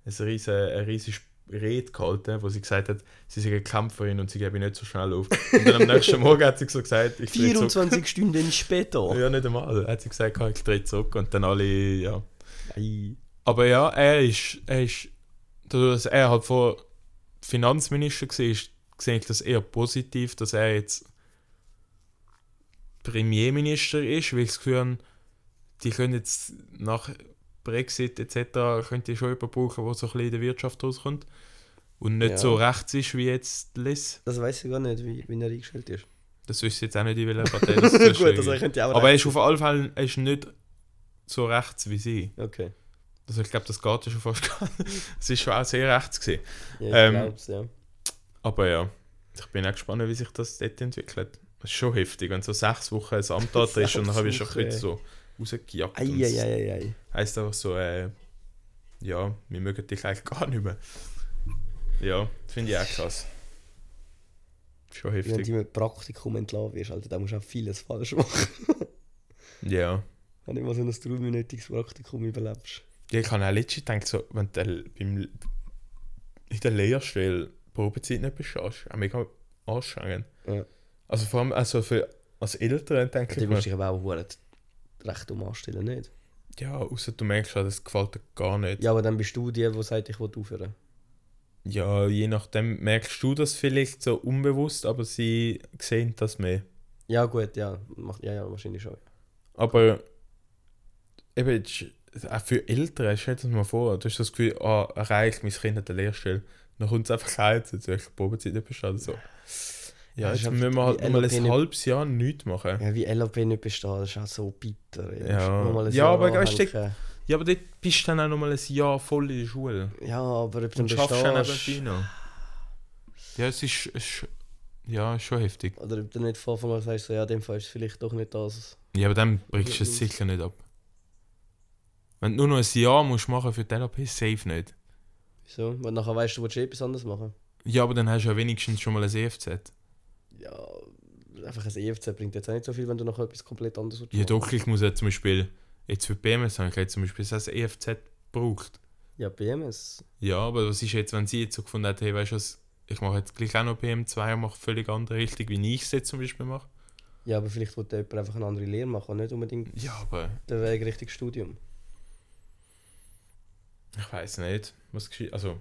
Speaker 1: ein riesen, eine riesen Rede gehalten, wo sie gesagt hat, sie sei eine Kämpferin und sie gebe nicht so schnell auf. Und dann am nächsten Morgen hat sie so gesagt, ich trete zurück.
Speaker 2: 24 Stunden später.
Speaker 1: Ja, nicht einmal. Hat sie gesagt, ich trete zurück und dann alle, ja.
Speaker 2: Ei.
Speaker 1: Aber ja, er ist, er ist, dadurch, dass er halt vor Finanzminister war, ist- sehe ich das eher positiv, dass er jetzt Premierminister ist, weil ich das Gefühl habe, die können jetzt nach Brexit etc. könnte schon jemanden brauchen, der so ein bisschen in der Wirtschaft rauskommt und nicht
Speaker 2: Ja.
Speaker 1: so rechts ist wie jetzt Liz.
Speaker 2: Das weiß ich gar nicht, wie, wie er eingestellt ist.
Speaker 1: Das wüsste ich jetzt auch nicht, in welcher Partei das ist.
Speaker 2: *laughs* Gut, also er könnte auch
Speaker 1: Aber er ist auf alle Fälle er ist nicht so rechts wie sie.
Speaker 2: Okay.
Speaker 1: Also ich glaube, das geht ja schon fast gar nicht. Es ist schon auch sehr rechts gewesen.
Speaker 2: Ja, ich
Speaker 1: Ähm,
Speaker 2: glaub's, ja.
Speaker 1: Aber ja, ich bin auch gespannt, wie sich das dort entwickelt. Es ist schon heftig, wenn so sechs Wochen ein Amt da drin ist und dann bist du schon
Speaker 2: Sechs
Speaker 1: wieder so rausgejagt. und es
Speaker 2: Eieieiei.
Speaker 1: Heisst einfach so, äh, ja, wir mögen dich eigentlich *laughs* gar nicht mehr. Ja, das finde ich auch krass. Schon
Speaker 2: Wenn
Speaker 1: heftig.
Speaker 2: du mit Praktikum entlassen wirst, Alter, dann musst du auch vieles falsch machen. *laughs*
Speaker 1: Ja.
Speaker 2: Wenn du mal so ein dreiminütiges Praktikum überlebst.
Speaker 1: Ja, ich habe auch letztens gedacht, so, wenn du der- beim, in der Lehrstelle Probezeit nicht bestehst, auch mega anstrengend.
Speaker 2: Ja.
Speaker 1: Also vor allem also für, als Eltern denke
Speaker 2: Du
Speaker 1: ich mir,
Speaker 2: musst dich aber auch hure recht dumm anstellen, nicht?
Speaker 1: ja, außer du merkst, ja, das gefällt dir gar nicht.
Speaker 2: Ja, aber dann bist du die, die sagt, ich will aufhören.
Speaker 1: Ja, je nachdem merkst du das vielleicht so unbewusst, aber sie sehen das mehr.
Speaker 2: Ja, gut, ja. Macht, ja, ja, wahrscheinlich schon.
Speaker 1: Aber eben, jetzt ist- auch für Eltern, stell dir das mal vor, du hast das Gefühl, ah, erreicht mein Kind an der Lehrstelle. Dann kommt es einfach heim, jetzt will ich die Probezeit nicht bestehen. So. Ja,
Speaker 2: Ja,
Speaker 1: jetzt
Speaker 2: ist
Speaker 1: müssen wir
Speaker 2: einfach
Speaker 1: halt
Speaker 2: die
Speaker 1: mal
Speaker 2: LLP
Speaker 1: ein
Speaker 2: nicht-
Speaker 1: halbes Jahr nichts machen.
Speaker 2: Ja, wie LAP nicht besteht, das ist auch so bitter. ey. Du musst
Speaker 1: Ja.
Speaker 2: nur mal ein
Speaker 1: Ja,
Speaker 2: Jahr
Speaker 1: aber weißt du,
Speaker 2: anhängen.
Speaker 1: Ja, aber dort bist du dann auch noch mal ein Jahr voll in der Schule.
Speaker 2: Ja, aber ob du dann
Speaker 1: Und schaffst dann
Speaker 2: bestehst
Speaker 1: eben noch. Ja, es ist, es ist ja, ist schon heftig.
Speaker 2: oder ob du nicht von Anfang an sagst, so, ja, in dem Fall ist es vielleicht doch nicht das.
Speaker 1: Ja, aber dann brichst du es sicher nicht ab. Wenn du nur noch ein Jahr musst machen für die LAP, safe nicht.
Speaker 2: Wieso? Weil nachher weißt du, du willst eh etwas anderes machen.
Speaker 1: Ja, aber dann hast du ja wenigstens schon mal ein E EFZ.
Speaker 2: Ja, einfach ein EFZ bringt jetzt auch nicht so viel, wenn du nachher etwas komplett anderes willst
Speaker 1: Ja,
Speaker 2: machen.
Speaker 1: doch, ich muss ja zum Beispiel, jetzt für die BMS habe ich jetzt zum Beispiel das EFZ gebraucht.
Speaker 2: Ja, BMS.
Speaker 1: Ja, aber was ist jetzt, wenn sie jetzt so gefunden hat, hey, weißt du was, ich mache jetzt gleich auch noch PM2 und mache völlig andere Richtung, wie ich es jetzt zum Beispiel mache?
Speaker 2: Ja, aber vielleicht wollte jemand einfach eine andere Lehre machen und nicht unbedingt
Speaker 1: Ja, aber
Speaker 2: den Weg Richtung Studium.
Speaker 1: ich weiß nicht, was geschieht. Also,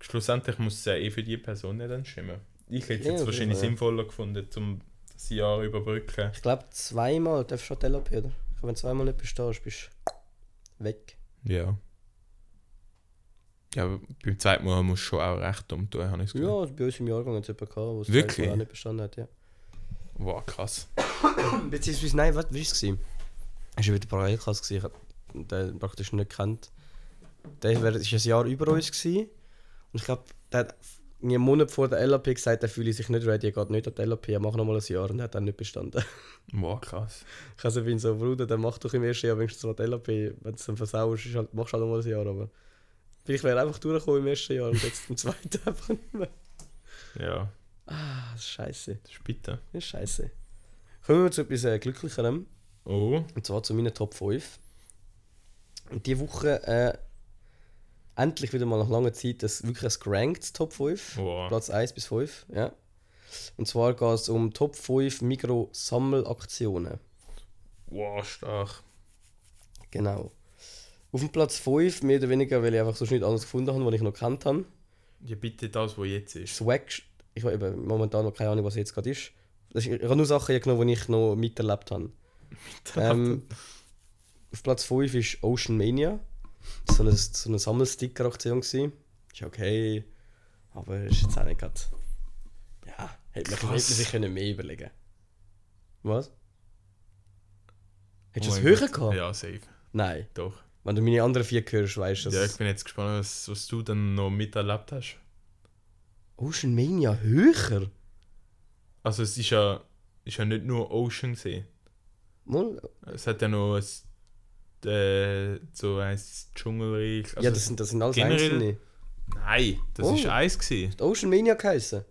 Speaker 1: schlussendlich muss es ja eh für die Person nicht stimmen. Ich hätte es
Speaker 2: Ja,
Speaker 1: jetzt
Speaker 2: auf
Speaker 1: wahrscheinlich
Speaker 2: jeden
Speaker 1: sinnvoller gefunden, um das Jahr überbrücken.
Speaker 2: Ich glaube, zweimal darfst du schon die LAP, oder? Ich glaub, Wenn du zweimal nicht bestehst, bist du weg.
Speaker 1: Ja. Ja, aber beim zweiten Mal musst du schon auch recht umtun, habe ich das Gefühl.
Speaker 2: Ja, bei uns im Jahrgang hat es jemanden gehabt, der es
Speaker 1: Wirklich?
Speaker 2: zweimal auch nicht bestanden hat, ja.
Speaker 1: Wow, krass.
Speaker 2: Beziehungsweise, nein, was war es? gewesen? Es war wieder Parallelklasse, gewesen, ich habe den praktisch nicht gekannt. Der war ist ein Jahr über uns gewesen, und ich glaube, der hat einen Monat vor der LAP gesagt, er fühle sich nicht ready, er geht nicht an die LAP, er macht nochmal ein Jahr und hat dann nicht bestanden. *laughs*
Speaker 1: Wow, krass.
Speaker 2: Ich also bin so, Bruder, dann mach doch im ersten Jahr wenigstens mal die LAP, wenn du es dann versauerst, ist halt, machst du halt nochmal ein Jahr, aber vielleicht wäre er einfach durchgekommen im ersten Jahr und jetzt im zweiten *laughs* einfach nicht mehr.
Speaker 1: Ja,
Speaker 2: Ah, das ist scheiße,
Speaker 1: das ist bitter.
Speaker 2: das ist scheiße. Kommen wir zu etwas äh, Glücklicherem.
Speaker 1: Oh,
Speaker 2: Und zwar zu meinen Top 5. Und diese Woche äh, endlich wieder mal nach langer Zeit das wirklich ein geranktes Top 5.
Speaker 1: Oh, Wow.
Speaker 2: Platz 1 bis 5, ja. Und zwar geht es um Top 5 Mikro-Sammelaktionen.
Speaker 1: wow, stark.
Speaker 2: Genau. Auf dem Platz 5, mehr oder weniger, weil ich einfach sonst nicht alles gefunden habe, was ich noch kennt habe.
Speaker 1: Ja, bitte das, was jetzt ist.
Speaker 2: Swag, ich habe eben momentan noch keine Ahnung, was jetzt gerade ist. Das ist- Ich habe nur Sachen genommen, die ich noch miterlebt habe. Ähm, auf Platz 5 ist Ocean Mania. Das war so eine, so eine Sammelsticker-Aktion. gewesen. Ist okay, aber ist jetzt auch nicht gerade. Ja, hätte man, hätte man
Speaker 1: Krass.
Speaker 2: sich können mehr überlegen Was? Hättest
Speaker 1: Oh
Speaker 2: du
Speaker 1: mein
Speaker 2: es höher
Speaker 1: Gott.
Speaker 2: gehabt?
Speaker 1: Ja, safe.
Speaker 2: Nein.
Speaker 1: Doch.
Speaker 2: Wenn du meine anderen vier hörst, weißt du
Speaker 1: ja,
Speaker 2: dass
Speaker 1: ich bin jetzt gespannt, was, was du dann noch miterlebt hast.
Speaker 2: Ocean Mania höher?
Speaker 1: Also es ist ja, ist ja nicht nur Ocean See.
Speaker 2: Mal,
Speaker 1: Es hat ja noch ein, äh, so ein Dschungelreich. Also
Speaker 2: ja, das sind, das sind alles
Speaker 1: generell-
Speaker 2: einzelne.
Speaker 1: Nein, das
Speaker 2: Oh.
Speaker 1: ist Eis gewesen.
Speaker 2: Hat Ocean Mania geheißen?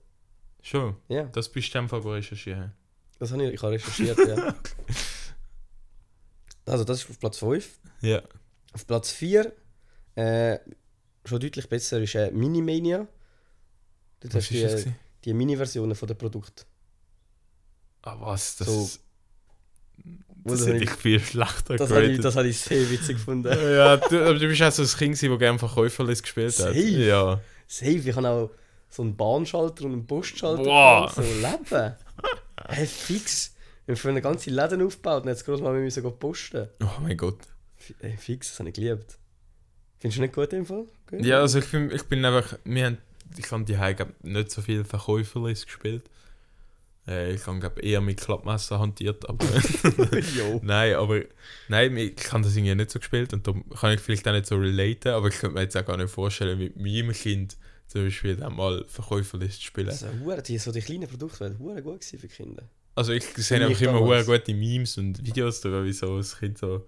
Speaker 1: Schon.
Speaker 2: Ja,
Speaker 1: Das bist du einfach recherchieren.
Speaker 2: das habe ich, ich habe
Speaker 1: *laughs*
Speaker 2: recherchiert, ja. Also, das ist auf Platz 5.
Speaker 1: Ja.
Speaker 2: Auf Platz 4, äh, schon deutlich besser, ist äh, Minimania. Dort
Speaker 1: Was
Speaker 2: hast du
Speaker 1: ist das?
Speaker 2: die,
Speaker 1: gewesen?
Speaker 2: die Mini-Versionen von den Produkten.
Speaker 1: Ah, was? Das,
Speaker 2: So.
Speaker 1: das
Speaker 2: das
Speaker 1: hätte
Speaker 2: habe
Speaker 1: ich
Speaker 2: ich,
Speaker 1: viel schlechter
Speaker 2: das habe ich,
Speaker 1: geratet.
Speaker 2: das habe ich sehr witzig gefunden.
Speaker 1: *laughs* Ja, du, aber du bist auch so ein Kind, gewesen, das gerne Verkäuferlis gespielt hat.
Speaker 2: Safe.
Speaker 1: Ja.
Speaker 2: Safe, ich habe auch so einen Bahnschalter und einen Postschalter.
Speaker 1: Wow.
Speaker 2: gehabt, So leben. hey, fix. Wir haben für eine ganze Läden aufgebaut und jetzt Großmama müssen gehen posten.
Speaker 1: Oh mein Gott.
Speaker 2: F hey, fix, das habe ich geliebt. Findest du nicht gut im Fall? Gut?
Speaker 1: Ja, also ich bin, ich bin einfach, wir haben, ich habe die Heim nicht so viel Verkäuferlis gespielt. Äh, ich habe glaub, eher mit Klappmesser hantiert, aber
Speaker 2: *laughs*
Speaker 1: *laughs*
Speaker 2: Jo.
Speaker 1: nein, aber nein, ich habe das irgendwie nicht so gespielt und darum kann ich vielleicht auch nicht so relaten, aber ich könnte mir jetzt auch gar nicht vorstellen, mit meinem Kind zum Beispiel dann mal Verkäuferlis zu spielen.
Speaker 2: Also, hure, die, so die kleinen Produkte waren hure gut gewesen für Kinder. *laughs*
Speaker 1: Also ich sehe
Speaker 2: Für mich
Speaker 1: einfach immer
Speaker 2: damals.
Speaker 1: sehr gute Memes und Videos darüber, wie so ein Kind so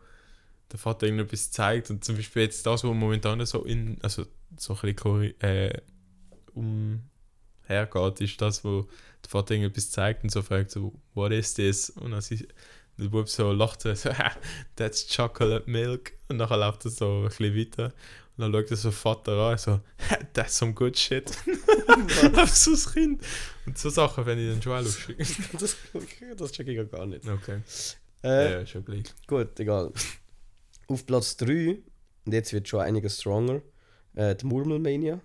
Speaker 1: der Vater irgendetwas zeigt. Und zum Beispiel jetzt das, was momentan so in, also so ein bisschen korri- äh, umhergeht, ist das, wo der Vater irgendetwas zeigt und so fragt, so, what is this? Und dann sie, der Bub so lacht so, *laughs* so, «Ha, that's chocolate milk. Und nachher läuft er so ein bisschen weiter. Und dann schaut er so Vater an, so, *laughs* «Ha, that's some good shit. *laughs* Auf
Speaker 2: *laughs*
Speaker 1: so ein Kind. Und so Sachen finde ich dann schon auch lustig. *laughs*
Speaker 2: das, das check ich ja gar nicht.
Speaker 1: Okay.
Speaker 2: Äh,
Speaker 1: ja, schon gleich.
Speaker 2: Gut, egal. Auf Platz 3, und jetzt wird schon einiges stronger, äh, die Murmelmania.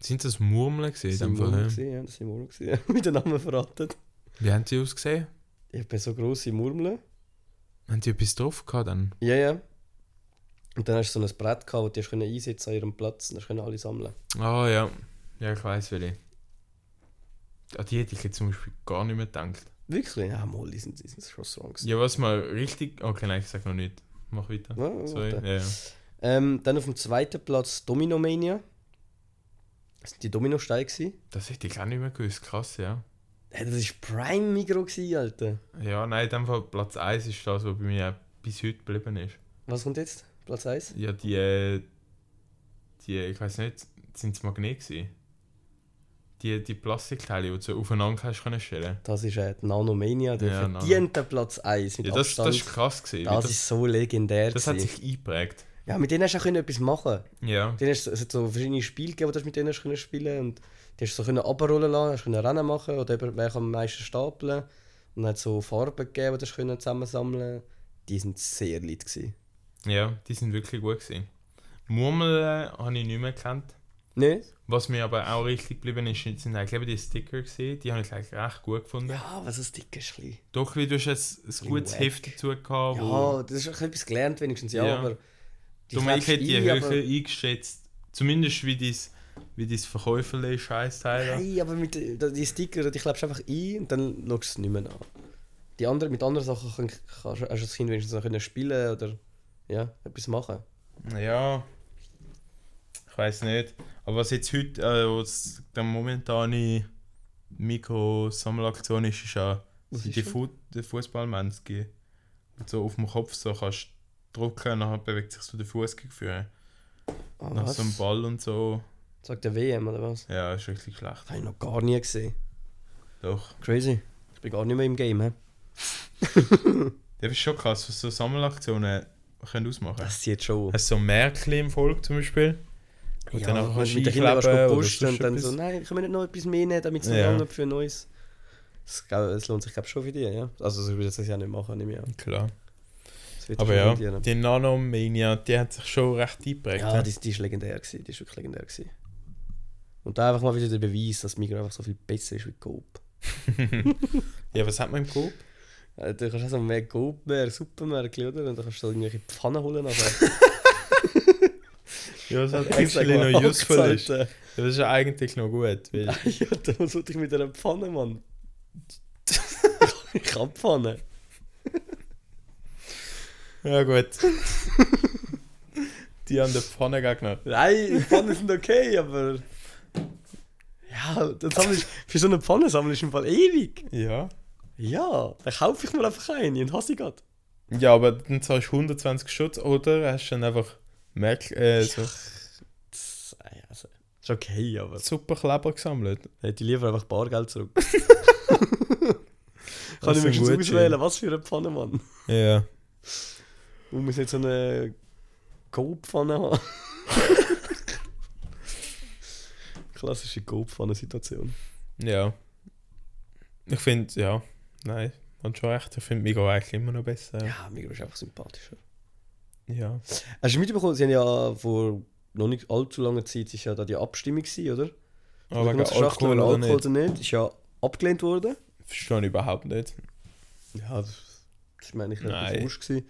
Speaker 1: Sind das Murmeln
Speaker 2: Das
Speaker 1: gesehen?
Speaker 2: sind
Speaker 1: Fall, ja?
Speaker 2: Murmeln gewesen, ja, das sind Murmeln gewesen. *laughs* Mit den Namen verraten.
Speaker 1: Wie haben die ausgesehen?
Speaker 2: Ich habe so grosse Murmeln.
Speaker 1: Haben die etwas drauf gehabt dann?
Speaker 2: Ja, ja. Und dann hast du so ein Brett gehabt, wo die hast können einsetzen an ihrem Platz und dann können alle sammeln.
Speaker 1: Ah ja. Ja, ich weiß welche. An die hätte ich jetzt zum Beispiel gar nicht mehr gedacht.
Speaker 2: Wirklich? Ja, mal, die sind, die sind schon strong. gewesen.
Speaker 1: Ja, was mal richtig. Okay, nein, ich sag noch nicht. Mach weiter.
Speaker 2: Ja, ja,
Speaker 1: Sorry.
Speaker 2: warte.
Speaker 1: Ja, ja.
Speaker 2: Ähm, dann auf dem zweiten Platz Dominomania. Das sind die Dominosteine gewesen.
Speaker 1: Das hätte ich auch nicht mehr gewusst. Krass, ja.
Speaker 2: Hey, das war Prime Migro, gewesen, Alter.
Speaker 1: Ja, nein, in dem Fall Platz 1 ist das, was bei mir auch bis heute geblieben ist.
Speaker 2: Was kommt jetzt? Platz 1?
Speaker 1: Ja, die. äh, Die, ich weiß nicht, sind es Magnet gewesen? Die, die Plastikteile, die du so aufeinander hast können stellen.
Speaker 2: Das ist äh, die Nanomania, der
Speaker 1: Ja, Nano.
Speaker 2: verdiente Platz 1 mit
Speaker 1: Ja, das,
Speaker 2: Abstand.
Speaker 1: das ist krass gewesen.
Speaker 2: das,
Speaker 1: Das, das,
Speaker 2: ist so legendär.
Speaker 1: das hat
Speaker 2: gewesen.
Speaker 1: sich eingeprägt.
Speaker 2: Ja, mit denen hast du auch können etwas machen.
Speaker 1: Ja.
Speaker 2: Denen hast, du- es hat so verschiedene Spiele gegeben, die du mit denen hast können spielen und die hast du so können runterrollen lassen, hast können Rennen machen oder eben, wer kann am meisten stapeln. Und hat so Farben gegeben, die du hast können zusammensammeln Die sind sehr leid gewesen.
Speaker 1: Ja, die sind wirklich gut gewesen. Murmeln habe ich nicht mehr gekannt.
Speaker 2: Ne?
Speaker 1: Was mir aber auch richtig geblieben ist, sind eigentlich eben die Sticker gewesen. Die habe ich gleich recht gut gefunden.
Speaker 2: Ja, was ein dickes Schli.
Speaker 1: Doch, wie du hast jetzt ein gutes
Speaker 2: wack.
Speaker 1: Heft dazu gehabt, wo
Speaker 2: Ja, das ist auch etwas gelernt wenigstens, ja,
Speaker 1: Oh. Ja.
Speaker 2: aber... Die
Speaker 1: du merkst,
Speaker 2: klebst
Speaker 1: die
Speaker 2: ein,
Speaker 1: Höhe
Speaker 2: aber-
Speaker 1: eingeschätzt. Zumindest wie dein, wie dein Verkäuferle Scheißteil.
Speaker 2: Nein, aber mit äh, die Sticker, die klebst du einfach ein und dann schaust du es nicht mehr an. Die andere, mit anderen Sachen kann, kannst, hast du als Kind wenigstens noch können spielen oder ja, etwas machen.
Speaker 1: Ja. Ich weiß nicht. Aber was jetzt heute, äh, was der momentane Mikro-Sammelaktion ist, ist ja
Speaker 2: Was ist
Speaker 1: die
Speaker 2: das?
Speaker 1: Fu der Fußballmanski. Und so auf dem Kopf so kannst du drücken und dann bewegt sich so der Fuß gefühlt.
Speaker 2: Ah,
Speaker 1: Nach
Speaker 2: was?
Speaker 1: so einem Ball und so.
Speaker 2: Sagt der WM oder was?
Speaker 1: Ja, ist richtig schlecht.
Speaker 2: Das habe ich noch gar nie gesehen.
Speaker 1: Doch.
Speaker 2: Crazy. Ich bin gar nicht mehr im Game. He?
Speaker 1: Das ist schon krass, was so Sammelaktionen können ausmachen können.
Speaker 2: Das sieht schon.
Speaker 1: Hast du so Märkli im Volk zum Beispiel? Und
Speaker 2: ja,
Speaker 1: dann einfach
Speaker 2: wenn
Speaker 1: kannst
Speaker 2: du
Speaker 1: du
Speaker 2: mit den Kindern kannst du
Speaker 1: einkleben
Speaker 2: posten
Speaker 1: oder
Speaker 2: und dann
Speaker 1: sonst
Speaker 2: so,
Speaker 1: etwas.
Speaker 2: nein, können wir nicht noch etwas mehr nehmen, damit es noch
Speaker 1: Ja.
Speaker 2: lange für Neues. Das, glaub- das lohnt sich, glaube ich, schon für dich, ja. Also, das würde ich jetzt ja nicht machen, nicht mehr.
Speaker 1: Klar.
Speaker 2: Das wird
Speaker 1: Aber
Speaker 2: schon
Speaker 1: ja,
Speaker 2: rentieren.
Speaker 1: die Nanomania, die hat sich schon recht eingeprägt.
Speaker 2: Ja,
Speaker 1: ne?
Speaker 2: die, die ist legendär gewesen, die ist wirklich legendär gewesen. Und da einfach mal wieder der Beweis, dass Migros einfach so viel besser ist wie Coop.
Speaker 1: ja was hat man im Coop?
Speaker 2: Also, du kannst auch so mehr Coop mehr Supermärkte, oder? Und dann kannst du so irgendwelche Pfannen
Speaker 1: *laughs*
Speaker 2: holen, aber...
Speaker 1: Ja, das *laughs* hat
Speaker 2: Ich sag
Speaker 1: eigentlich
Speaker 2: mal,
Speaker 1: noch useful. Ist.
Speaker 2: Alter.
Speaker 1: Das ist ja eigentlich noch gut. *laughs* Weil
Speaker 2: *laughs* Ja, da muss ich mit einer Pfanne, Mann. *laughs* ich hab Pfanne.
Speaker 1: ja, gut. die haben den Pfanne gegner.
Speaker 2: Nein, Pfannen sind okay, aber. Ja, dann sammle ich, für so eine Pfanne sammle ich im Fall ewig.
Speaker 1: Ja.
Speaker 2: Ja, dann kaufe ich mir einfach eine und hasse ich grad.
Speaker 1: Ja, aber dann zahlst du 120 Schutz oder hast dann einfach Merk äh, so
Speaker 2: Das ah ja, also, ist okay, aber.
Speaker 1: super Kleber gesammelt.
Speaker 2: Hätte ich lieber einfach Bargeld zurück. *laughs* Kann
Speaker 1: Das
Speaker 2: ich
Speaker 1: ist ein
Speaker 2: mir
Speaker 1: guter.
Speaker 2: schon auswählen, was für eine Pfanne, Mann.
Speaker 1: Ja.
Speaker 2: Und muss nicht so eine Goldpfanne *laughs* haben. Klassische Goldpfannen-Situation.
Speaker 1: Ja. Ich finde, ja. Nein, hat schon recht. Ich finde Migo eigentlich immer noch besser. Ja.
Speaker 2: Ja, Migros ist einfach sympathischer.
Speaker 1: ja.
Speaker 2: Hast du mitbekommen, sie haben ja vor noch nicht allzu langer Zeit ist ja da die Abstimmung gewesen, oder?
Speaker 1: Aber Ah,
Speaker 2: Wegen
Speaker 1: wegen
Speaker 2: unserer Schachtel,
Speaker 1: Alkohol oder nicht?
Speaker 2: oder nicht? Ist ja abgelehnt worden.
Speaker 1: Verstehe ich überhaupt nicht.
Speaker 2: Ja, das ist meine ich
Speaker 1: Nein.
Speaker 2: relativ wurscht gewesen.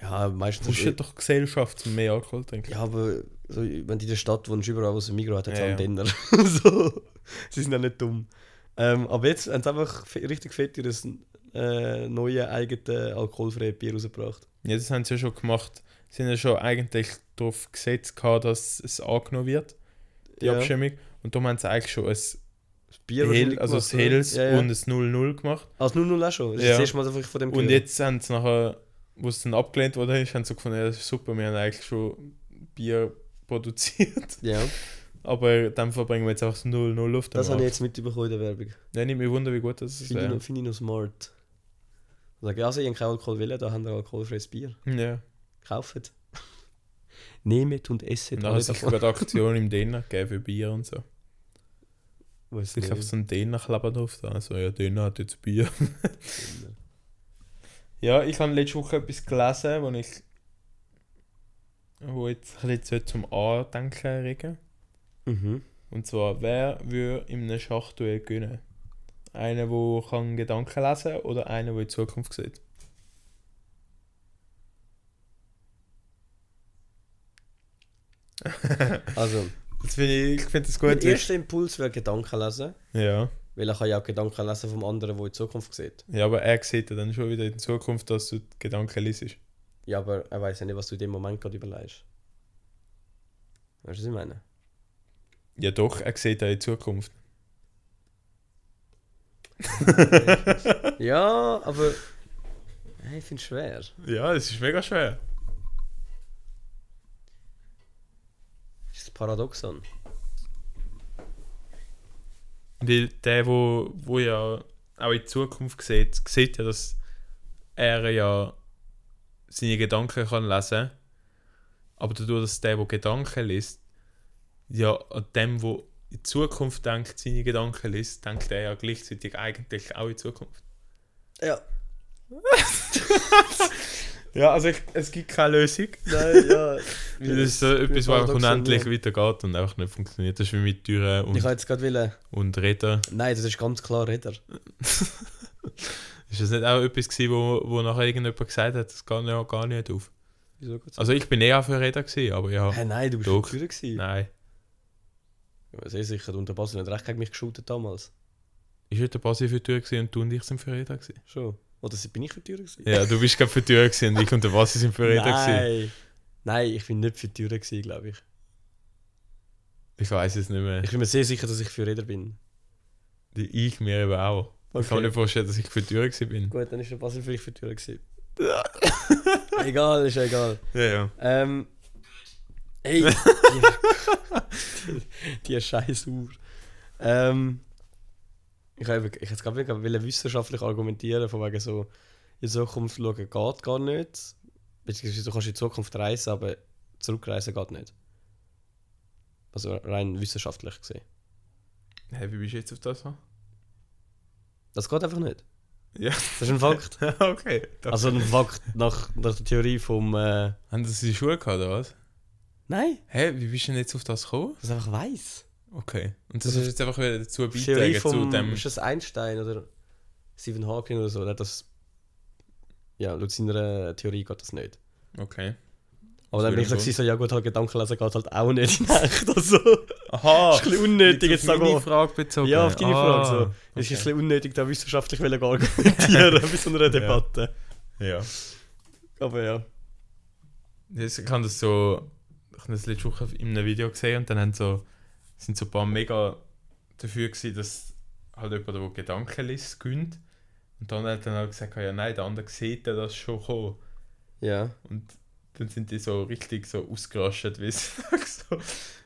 Speaker 2: Ja, meistens...
Speaker 1: Du bist ja doch Gesellschaft, um mehr Alkohol zu trinken.
Speaker 2: ja, aber so, wenn du in der Stadt wohnst, überall, wo es ein Migros hat, hat es
Speaker 1: Ja,
Speaker 2: auch einen
Speaker 1: ja.
Speaker 2: Denner. *laughs* so, sie sind ja nicht dumm. Ähm, aber jetzt haben sie einfach fe- richtig fett ihr äh, neue eigene alkoholfreie Bier rausgebracht.
Speaker 1: Ja, das haben sie ja schon gemacht. Sie haben ja schon eigentlich darauf gesetzt, gehabt, dass es angenommen wird, die
Speaker 2: Ja.
Speaker 1: Abstimmung. Und darum haben sie eigentlich schon ein
Speaker 2: Das Bier was
Speaker 1: Hel,
Speaker 2: nicht
Speaker 1: also das
Speaker 2: gemacht, oder?
Speaker 1: Hells
Speaker 2: ja, ja. Also
Speaker 1: und das 0-0 gemacht.
Speaker 2: Als 0-0 auch schon. Das ist
Speaker 1: Ja.
Speaker 2: das erste Mal, dass ich von dem
Speaker 1: Und
Speaker 2: gehört
Speaker 1: jetzt haben sie nachher, wo es dann abgelehnt worden ist, haben sie gefunden, ja, das ist super, wir haben eigentlich schon Bier produziert. *laughs*
Speaker 2: habe. Ja,
Speaker 1: Aber dann verbringen wir jetzt einfach das 0-0 auf den
Speaker 2: das habe
Speaker 1: Markt.
Speaker 2: ich jetzt mitbekommen in der Werbung.
Speaker 1: Nein, ich mich wunder, wie gut das ist.
Speaker 2: Finde ich,
Speaker 1: Ja.
Speaker 2: noch- finde ich noch smart. Sag, also, ihr habt keinen Alkohol wollen, da haben wir alkoholfreies Bier.
Speaker 1: ja.
Speaker 2: Kauft. *laughs* Nehmet und esset
Speaker 1: Und dann hat
Speaker 2: alle
Speaker 1: es
Speaker 2: davon.
Speaker 1: gerade Aktion im Däner gegeben für Bier und so.
Speaker 2: Weiß
Speaker 1: Sich
Speaker 2: nicht.
Speaker 1: auf so einen Däner kleben drauf. da. Also, ja, Däner hat jetzt Bier. *laughs* ja, ich habe letzte Woche etwas gelesen, wo ich. wo jetzt ein bisschen zum Andenken regen.
Speaker 2: Mhm.
Speaker 1: Und zwar, wer würde in einem Schachduell gewinnen? Einer, der kann Gedanken lesen oder einer, der in die Zukunft sieht?
Speaker 2: Also,
Speaker 1: Das find ich, ich finde das
Speaker 2: mein
Speaker 1: gut. Ich,
Speaker 2: erster Impuls wäre Gedanken lesen,
Speaker 1: ja.
Speaker 2: weil er kann ja auch Gedanken lesen vom anderen, der in die Zukunft sieht.
Speaker 1: ja, aber er sieht ja dann schon wieder in Zukunft, dass du die Gedanken liest.
Speaker 2: Ja, aber er weiß ja nicht, was du in dem Moment gerade überlegst. Weißt du, was ich meine?
Speaker 1: *laughs* Ja doch, er sieht ja in Zukunft.
Speaker 2: Ja, aber. Hey, ich finde es schwer.
Speaker 1: Ja, das ist mega schwer.
Speaker 2: Das ist ein Paradoxon.
Speaker 1: Weil der, wo, wo ja auch in Zukunft sieht, sieht ja, dass er ja seine Gedanken kann lesen Aber dadurch, dass der, der Gedanken liest, ja an dem, wo in Zukunft denkt, seine Gedanken liest, denkt er ja gleichzeitig eigentlich auch in Zukunft.
Speaker 2: Ja.
Speaker 1: Ja, also ich, es gibt keine Lösung.
Speaker 2: Nein, *laughs* ja.
Speaker 1: Das ist so etwas, was einfach unendlich weitergeht und einfach nicht funktioniert. Das ist wie mit Türen
Speaker 2: Ich
Speaker 1: und,
Speaker 2: habe jetzt gerade wollen.
Speaker 1: und Rädern.
Speaker 2: Nein, das ist ganz klar Räder.
Speaker 1: Ist das nicht auch etwas gewesen, wo, wo nachher irgendjemand gesagt hat, das geht ja gar nicht auf?
Speaker 2: Wieso geht's?
Speaker 1: Also ich bin eher für Räder gewesen, aber ja.
Speaker 2: Hä, nein, du bist
Speaker 1: Doch.
Speaker 2: Führer gewesen.
Speaker 1: Nein.
Speaker 2: Ja, sehr sicher. Und der Basel hat recht gegen mich geschultet damals.
Speaker 1: Ist heute der Basi für die Tür gewesen und du und ich sind für Räder gewesen?
Speaker 2: Schon. Oder bin ich für die Tür gewesen?
Speaker 1: Ja, du bist gerade für die Tür gewesen und ich und der Basi sind für Räder gewesen.
Speaker 2: Nein. Nein, ich bin nicht für die Tür gewesen, glaube ich.
Speaker 1: Ich weiß es nicht mehr.
Speaker 2: Ich bin mir sehr sicher, dass ich für Räder bin.
Speaker 1: Die- Ich mir eben auch. Ich kann
Speaker 2: Okay.
Speaker 1: mir nicht vorstellen, dass ich für die Tür gewesen bin.
Speaker 2: Gut, dann ist der Basel vielleicht für die Tür *laughs* gewesen. egal, ist ja egal.
Speaker 1: Ja, ja.
Speaker 2: Ähm. Ey! Die, die scheiß Uhr. Ähm. Ich habe ich jetzt gerade wieder wollen wissenschaftlich argumentieren, von wegen so, in Zukunft schauen geht gar nicht. Beziehungsweise du kannst in die Zukunft reisen, aber zurückreisen geht nicht. Also rein wissenschaftlich gesehen.
Speaker 1: Hey, wie bist du jetzt auf das? gekommen?
Speaker 2: Das geht einfach nicht.
Speaker 1: Ja. *laughs*
Speaker 2: Das ist ein *laughs* Fakt.
Speaker 1: okay. Also,
Speaker 2: Also ein Fakt nach, nach der Theorie vom. Äh,
Speaker 1: Haben das in der Schule gehabt, oder was?
Speaker 2: nein,
Speaker 1: Hä, wie bist du denn jetzt auf das gekommen?
Speaker 2: das ist einfach weiß.
Speaker 1: Okay. Und das ist jetzt einfach wieder dazu beitragen,
Speaker 2: Theorie
Speaker 1: zu
Speaker 2: vom,
Speaker 1: dem...
Speaker 2: ist das Einstein oder Stephen Hawking oder so, der hat das, ja, laut seiner Theorie geht das nicht.
Speaker 1: Okay.
Speaker 2: Aber dann bin ich so,
Speaker 1: Entschuldigung.
Speaker 2: gewesen, so ja gut, halt Gedanken lesen geht halt auch nicht *laughs* in echt oder so.
Speaker 1: Aha!
Speaker 2: ist ein bisschen unnötig jetzt
Speaker 1: auf meine
Speaker 2: sagen.
Speaker 1: Frage bezogen.
Speaker 2: Ja, auf
Speaker 1: Ah.
Speaker 2: deine Frage so.
Speaker 1: okay.
Speaker 2: Es ist ein bisschen unnötig, da wissenschaftlich wollen *laughs* argumentieren bei so einer Debatte.
Speaker 1: Ja.
Speaker 2: Aber ja.
Speaker 1: Das, ich habe das so, ich habe das letzte Woche in einem Video gesehen und dann haben so, sind so ein paar mega dafür gewesen, dass halt jemand, der Gedanken liest, gönnt. Und dann hat dann auch gesagt, ja nein, der andere sieht ja das schon kommen.
Speaker 2: Ja.
Speaker 1: Und dann sind die so richtig so ausgerastet, wie *laughs* es so,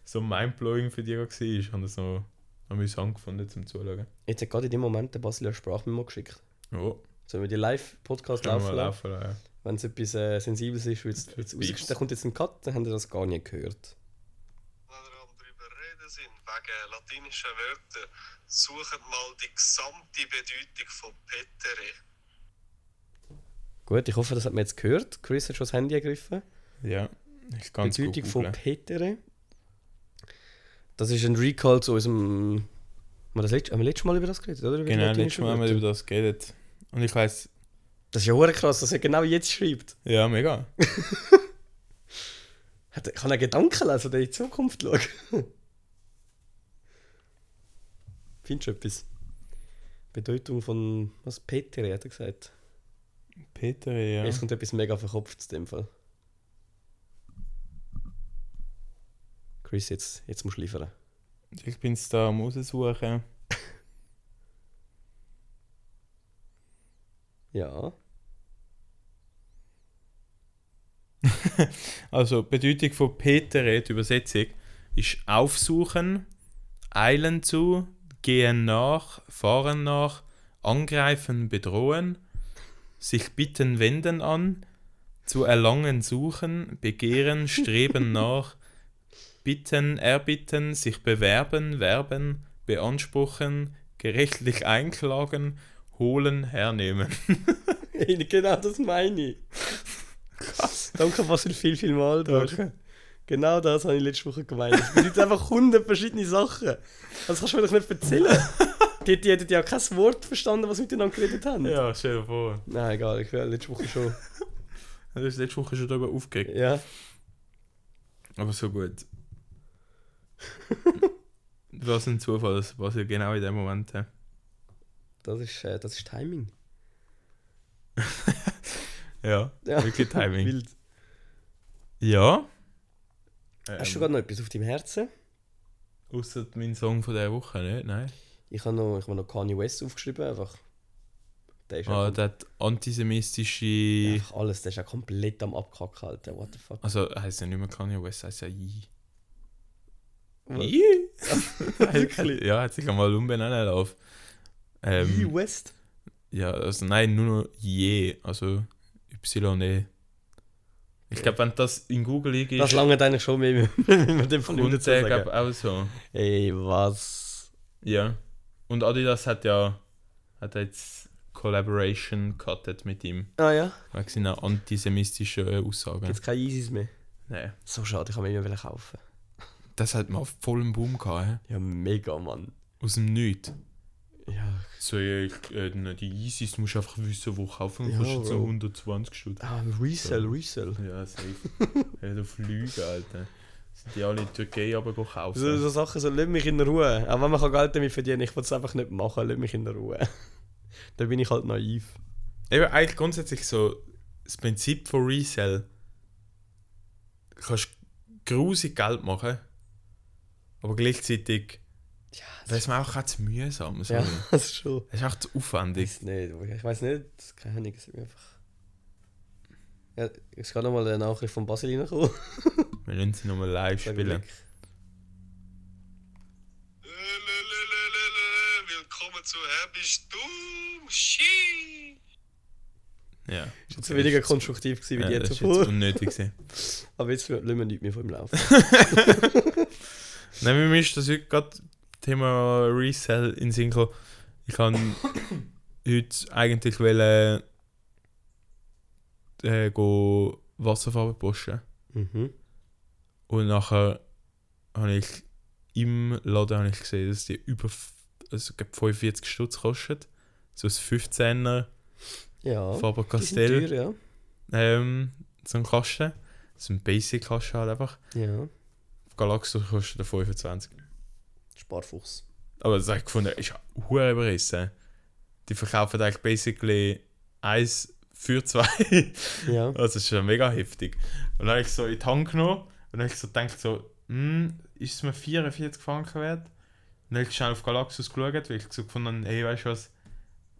Speaker 1: so mindblowing für die war. Ich habe das so amüsant gefunden zum Zuschauen.
Speaker 2: Jetzt hat gerade in dem Moment der Basel eine Sprachmemo geschickt.
Speaker 1: Ja,
Speaker 2: Sollen wir die Live-Podcast
Speaker 1: können wir
Speaker 2: laufen
Speaker 1: mal
Speaker 2: lassen?
Speaker 1: laufen lassen.
Speaker 2: Wenn es etwas äh, Sensibles ist, wird es
Speaker 1: Beeps.
Speaker 2: rausgestellt. Da kommt jetzt ein Cut, dann haben wir das gar nicht gehört.
Speaker 4: Wenn wir am drüber reden sind, wegen latinischen Wörtern, suchen mal die gesamte Bedeutung von Petere.
Speaker 2: Gut, ich hoffe, das hat man jetzt gehört. Chris hat schon das Handy ergriffen.
Speaker 1: ja. Ja, ich kann es gut
Speaker 2: Bedeutung von
Speaker 1: googlen.
Speaker 2: Petere. Das ist ein Recall zu unserem. Haben wir das letzte, haben wir letztes Mal über das geredet, oder? Über die
Speaker 1: Genau, letztes
Speaker 2: latinischen
Speaker 1: Mal haben wir
Speaker 2: Wörter?
Speaker 1: über das geredet. Und ich weiß
Speaker 2: Das ist ja hure krass, dass er genau jetzt schreibt.
Speaker 1: ja, mega.
Speaker 2: Hat, er- kann er Gedanken lesen, der in die Zukunft schaut? *laughs* Findest du etwas? Bedeutung von. Was? Petere hat er gesagt.
Speaker 1: Peter, ja.
Speaker 2: Jetzt kommt etwas mega verkopft in dem Fall. Chris, jetzt, jetzt musst du liefern.
Speaker 1: Ich bin es da am Raussuchen.
Speaker 2: Ja. *laughs*
Speaker 1: Also, die Bedeutung von Petere, die Übersetzung, ist aufsuchen, eilen zu, gehen nach, fahren nach, angreifen, bedrohen, sich bitten, wenden an, zu erlangen, suchen, begehren, *laughs* streben nach, bitten, erbitten, sich bewerben, werben, beanspruchen, gerechtlich einklagen, holen, hernehmen.
Speaker 2: Hey, genau das meine ich. Krass. Danke, Basil, viel, viel mal. Danke. Genau das habe ich letzte Woche gemeint. Das bedeutet einfach 100 verschiedene Sachen. Das kannst du mir doch
Speaker 1: *laughs*
Speaker 2: nicht erzählen. Die, die hätten ja kein Wort verstanden, was wir miteinander geredet haben.
Speaker 1: Ja, stell dir vor.
Speaker 2: Nein, egal, ich war letzte Woche schon.
Speaker 1: Du hast letzte Woche schon darüber aufgeregt.
Speaker 2: Ja.
Speaker 1: Aber so
Speaker 2: *laughs*
Speaker 1: gut. Was ein Zufall, das war ja genau in dem Moment. hä?
Speaker 2: Das ist, äh, das ist Timing.
Speaker 1: Ja,
Speaker 2: Ja.
Speaker 1: wirklich Timing.
Speaker 2: Wild.
Speaker 1: ja.
Speaker 2: Hast
Speaker 1: Ähm.
Speaker 2: du gerade noch etwas auf deinem Herzen?
Speaker 1: Außer mein Song von dieser Woche, nicht? Nein.
Speaker 2: Ich habe noch, ich habe noch Kanye West aufgeschrieben, einfach. Der ist
Speaker 1: Ah,
Speaker 2: einfach,
Speaker 1: der hat antisemitische.
Speaker 2: einfach alles, der ist ja komplett am Abkacken, Alter. What the fuck?
Speaker 1: Also heißt ja nicht mehr Kanye West, heißt ja Yee.
Speaker 2: Was?
Speaker 1: Yee?
Speaker 2: *laughs* Wirklich?
Speaker 1: ja, hat sich einmal umbenannt auf. Ähm,
Speaker 2: Kanye West?
Speaker 1: ja, also nein, nur noch Ye, also Y-E. Ich glaube, wenn das in Google
Speaker 2: Das
Speaker 1: eingibst,
Speaker 2: lange eigentlich schon mehr, *laughs* wenn man dem von
Speaker 1: kommt
Speaker 2: unten
Speaker 1: der, glaube auch
Speaker 2: sagen.
Speaker 1: so.
Speaker 2: Ey, was?
Speaker 1: Ja. Und Adidas hat ja hat ja jetzt Collaboration cuttet mit ihm
Speaker 2: Ah ja,
Speaker 1: wegen seiner antisemitischen äh, Aussagen.
Speaker 2: jetzt keine Yeezys mehr.
Speaker 1: Nein.
Speaker 2: So schade, ich kann mir immer welche kaufen.
Speaker 1: Das hat man auf vollen Boom gehabt. hä?
Speaker 2: Ja, mega, Mann.
Speaker 1: Aus dem Nichts.
Speaker 2: Ja,
Speaker 1: So, ja, ich, äh, na, die Yeezys musst du einfach wissen, wo kaufen
Speaker 2: Ja,
Speaker 1: ja, kostet so
Speaker 2: Bro.
Speaker 1: 120 um Stutz.
Speaker 2: ah, Resell, Resell.
Speaker 1: Ja, *laughs* safe. ja, du Flüge, Alter. Sind die alle in die Türkei aber go kaufen.
Speaker 2: So, so Sachen, so, lass mich in Ruhe. Auch wenn man kann Geld damit verdienen ich will es einfach nicht machen, lass mich in Ruhe. *laughs* da bin ich halt naiv.
Speaker 1: Eben, eigentlich grundsätzlich so das Prinzip von Resell. Du kannst grusig Geld machen, aber gleichzeitig
Speaker 2: Ja,
Speaker 1: das ist mir auch gerade zu mühsam. So.
Speaker 2: Ja, *laughs* das ist schon.
Speaker 1: Das ist auch zu
Speaker 2: Ich
Speaker 1: aufwendig.
Speaker 2: weiß nicht, wo- ich weiß nicht, das kann ich nicht, einfach. Ja, es kann nochmal eine Nachricht von Basil reinkommen.
Speaker 1: Wir müssen sie nochmal live spielen.
Speaker 4: Lelelelelele, Willkommen zu Herr bist du? Schi!
Speaker 1: Ja.
Speaker 2: Ist jetzt weniger konstruktiv gewesen wie
Speaker 1: ja,
Speaker 2: die
Speaker 1: das ist
Speaker 2: zuvor.
Speaker 1: jetzt unnötig gewesen.
Speaker 2: Aber jetzt lassen wir nichts mehr von ihm laufen.
Speaker 1: Nein, mir ist das heute gerade Thema Resell in den Sinn gekommen. Ich kann *coughs* heute eigentlich wollen, äh, go Wasserfarbe posten.
Speaker 2: mhm.
Speaker 1: Und nachher habe ich im Laden habe ich gesehen, dass die über f- also ich glaub, 45 Stutz kostet. So ein 15er
Speaker 2: Ja.
Speaker 1: Faber
Speaker 2: die sind Oh, teuer,
Speaker 1: Castell. Ähm, so ein Kasten. So ein Basic-Kasten halt einfach.
Speaker 2: ja. Ja.
Speaker 1: Auf Galaxus kostet er 25.
Speaker 2: Sparfuchs.
Speaker 1: Aber das habe ich gefunden, ist höher überrissen. Die verkaufen eigentlich basically eins für zwei.
Speaker 2: Ja.
Speaker 1: Also, das ist schon mega heftig. Und dann habe ich so in die Hand genommen und dann habe ich so gedacht, so, hm, ist es mir 44 Franken wert? Und dann habe ich schnell auf Galaxus geschaut, weil ich so gefunden habe, hey, weißt du was,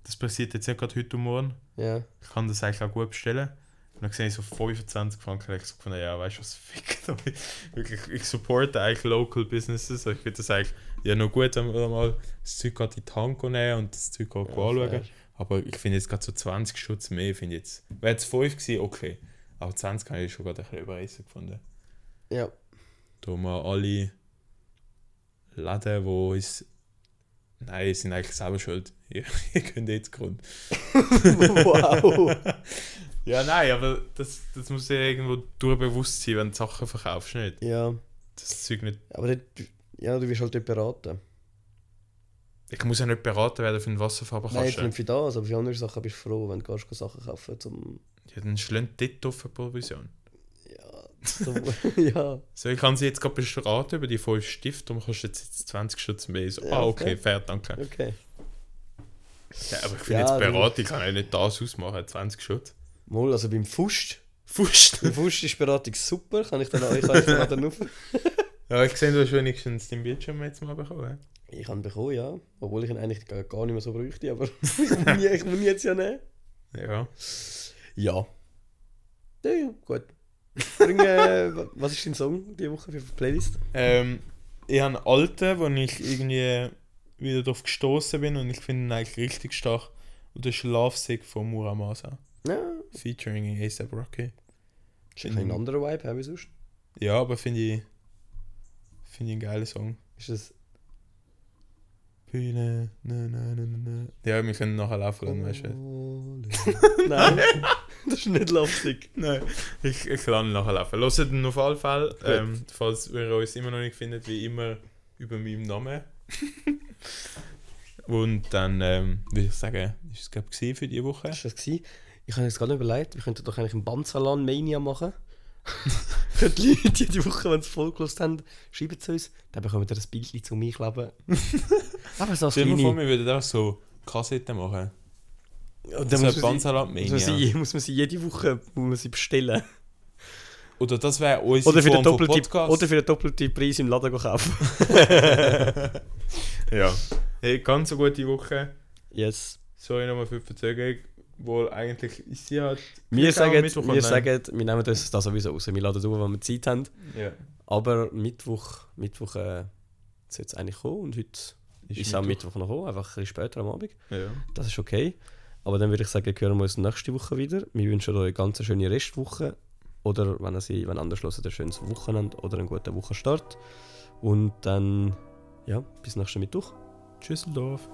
Speaker 1: das passiert jetzt nicht gerade heute und morgen.
Speaker 2: Ja.
Speaker 1: Ich kann das eigentlich auch gut bestellen. Und dann sehe ich so 25 Franken, dann habe ich so gefunden, ja, weißt du was, *laughs* fick damit. Wirklich, ich supporte eigentlich Local Businesses. Also ich finde das eigentlich ja noch gut, wenn man mal das Zeug gerade in die Hand nehmen und das Zeug auch anschauen.
Speaker 2: fair.
Speaker 1: Aber ich finde jetzt gerade so 20 Schutz mehr, finde ich jetzt. Wäre jetzt 5 gewesen, okay. Aber 20 habe ich schon gerade ein bisschen überrissen gefunden.
Speaker 2: *laughs* Ja.
Speaker 1: Da mal alle Läden, die uns. Nein, sind eigentlich selber schuld. *laughs* Ihr ihr könnt jetzt Grund.
Speaker 2: Wow.
Speaker 1: Ja, nein, aber das, das muss ja irgendwo durchbewusst sein, wenn du Sachen verkaufst, nicht?
Speaker 2: ja.
Speaker 1: Das Zeug nicht.
Speaker 2: Aber dort, ja, du wirst halt dort beraten.
Speaker 1: Ich muss ja nicht beraten werden für einen
Speaker 2: Nein, jetzt
Speaker 1: Wasserfarbenkasten.
Speaker 2: nicht für das, aber für andere Sachen bist du froh, wenn du gehst, Sachen kaufen zum.
Speaker 1: Ja, dann schlönt dort auf eine Provision.
Speaker 2: Ja. *laughs* Zum, ja.
Speaker 1: So, ich kann sie jetzt gerade beraten über die 5 Stifte und kannst jetzt, jetzt 20 Stutz mehr. So,
Speaker 2: Ja,
Speaker 1: ah, okay,
Speaker 2: okay.
Speaker 1: fair, danke.
Speaker 2: Okay.
Speaker 1: Ja, aber ich finde
Speaker 2: Ja,
Speaker 1: jetzt
Speaker 2: du-
Speaker 1: Beratung kann ich nicht das ausmachen, 20 Stutz.
Speaker 2: Mal, also beim Fust.
Speaker 1: Fust!
Speaker 2: Beim Fust ist Beratung super, kann ich dann euch dann auf.
Speaker 1: ja, ich sehe, du hast wenigstens den Bildschirm jetzt mal bekommen.
Speaker 2: *laughs* Ich habe ihn bekommen, ja. Obwohl ich ihn eigentlich gar gar nicht mehr so bräuchte, aber ich muss ihn jetzt ja nehmen.
Speaker 1: Ja.
Speaker 2: Ja. Ja, ja, gut. Bring, äh, *laughs* wa- was ist dein Song diese Woche für die Playlist?
Speaker 1: Ähm, ich habe einen alten, wo ich irgendwie wieder drauf gestoßen bin und ich finde ihn eigentlich richtig stark. Und das ist Love Sick von Muramasa.
Speaker 2: Ja,
Speaker 1: Featuring ASAP Rocky.
Speaker 2: ist ein bisschen ein anderer Vibe, habe ich sonst.
Speaker 1: Ja, aber finde ich. Finde ich einen geilen Song.
Speaker 2: Ist das
Speaker 1: Bühne, ne, ne, ne, ne. Ja, wir können nachher laufen lassen, oh, weißt
Speaker 2: *laughs*
Speaker 1: du. halt.
Speaker 2: Nein, das ist nicht lustig.
Speaker 1: Nein, ich, ich kann nachher laufen. Hört ihn auf alle Fälle, ähm, falls ihr uns immer noch nicht findet, wie immer über meinem *laughs* Namen. Und dann ähm, würde ich sagen, ist es glaube ich für die Woche.
Speaker 2: Ist das gewesen? Ich habe jetzt gerade überlegt, wir könnten doch eigentlich einen Bandsalon Mania machen. Für die Leute jede Woche, wenn sie voll gelost haben, schreiben zu uns, dann bekommen wir ein Bildchen zu mir kleben. Aber so ein
Speaker 1: Stell dir mal vor,
Speaker 2: kleines.
Speaker 1: wir würden auch so Kassetten machen.
Speaker 2: Und
Speaker 1: Das
Speaker 2: dann
Speaker 1: so
Speaker 2: muss
Speaker 1: eine
Speaker 2: man, sie, muss, man
Speaker 1: Bandsalat-Mania.
Speaker 2: sie, muss man sie jede Woche muss man sie bestellen.
Speaker 1: Oder das wäre unsere
Speaker 2: Oder für, den
Speaker 1: Form von
Speaker 2: doppelten,
Speaker 1: Podcast.
Speaker 2: oder für den doppelten Preis im Laden kaufen.
Speaker 1: ja. Hey, ganz eine gute Woche.
Speaker 2: *laughs* Yes.
Speaker 1: Sorry nochmal für die Verzögerung. Wohl eigentlich ist sie halt...
Speaker 2: Wir
Speaker 1: Glück haben
Speaker 2: sagen,
Speaker 1: Mittwoch
Speaker 2: wir,
Speaker 1: online.
Speaker 2: sagen, wir nehmen das, das sowieso raus. Wir laden es auf, wenn wir Zeit haben.
Speaker 1: Ja.
Speaker 2: Aber Mittwoch, Mittwoch äh, sollte es eigentlich kommen und heute ist, es am Mittwoch noch gekommen, einfach ein bisschen später am Abend.
Speaker 1: Ja.
Speaker 2: Das ist okay. Aber dann würde ich sagen, hören wir uns nächste Woche wieder. Wir wünschen euch eine ganz schöne Restwoche. Oder wenn ihr sie wenn anders hört, ein schönes Wochenende oder einen guten Wochenstart. Und dann, ja, bis nächsten Mittwoch.
Speaker 1: Tschüsseldorf.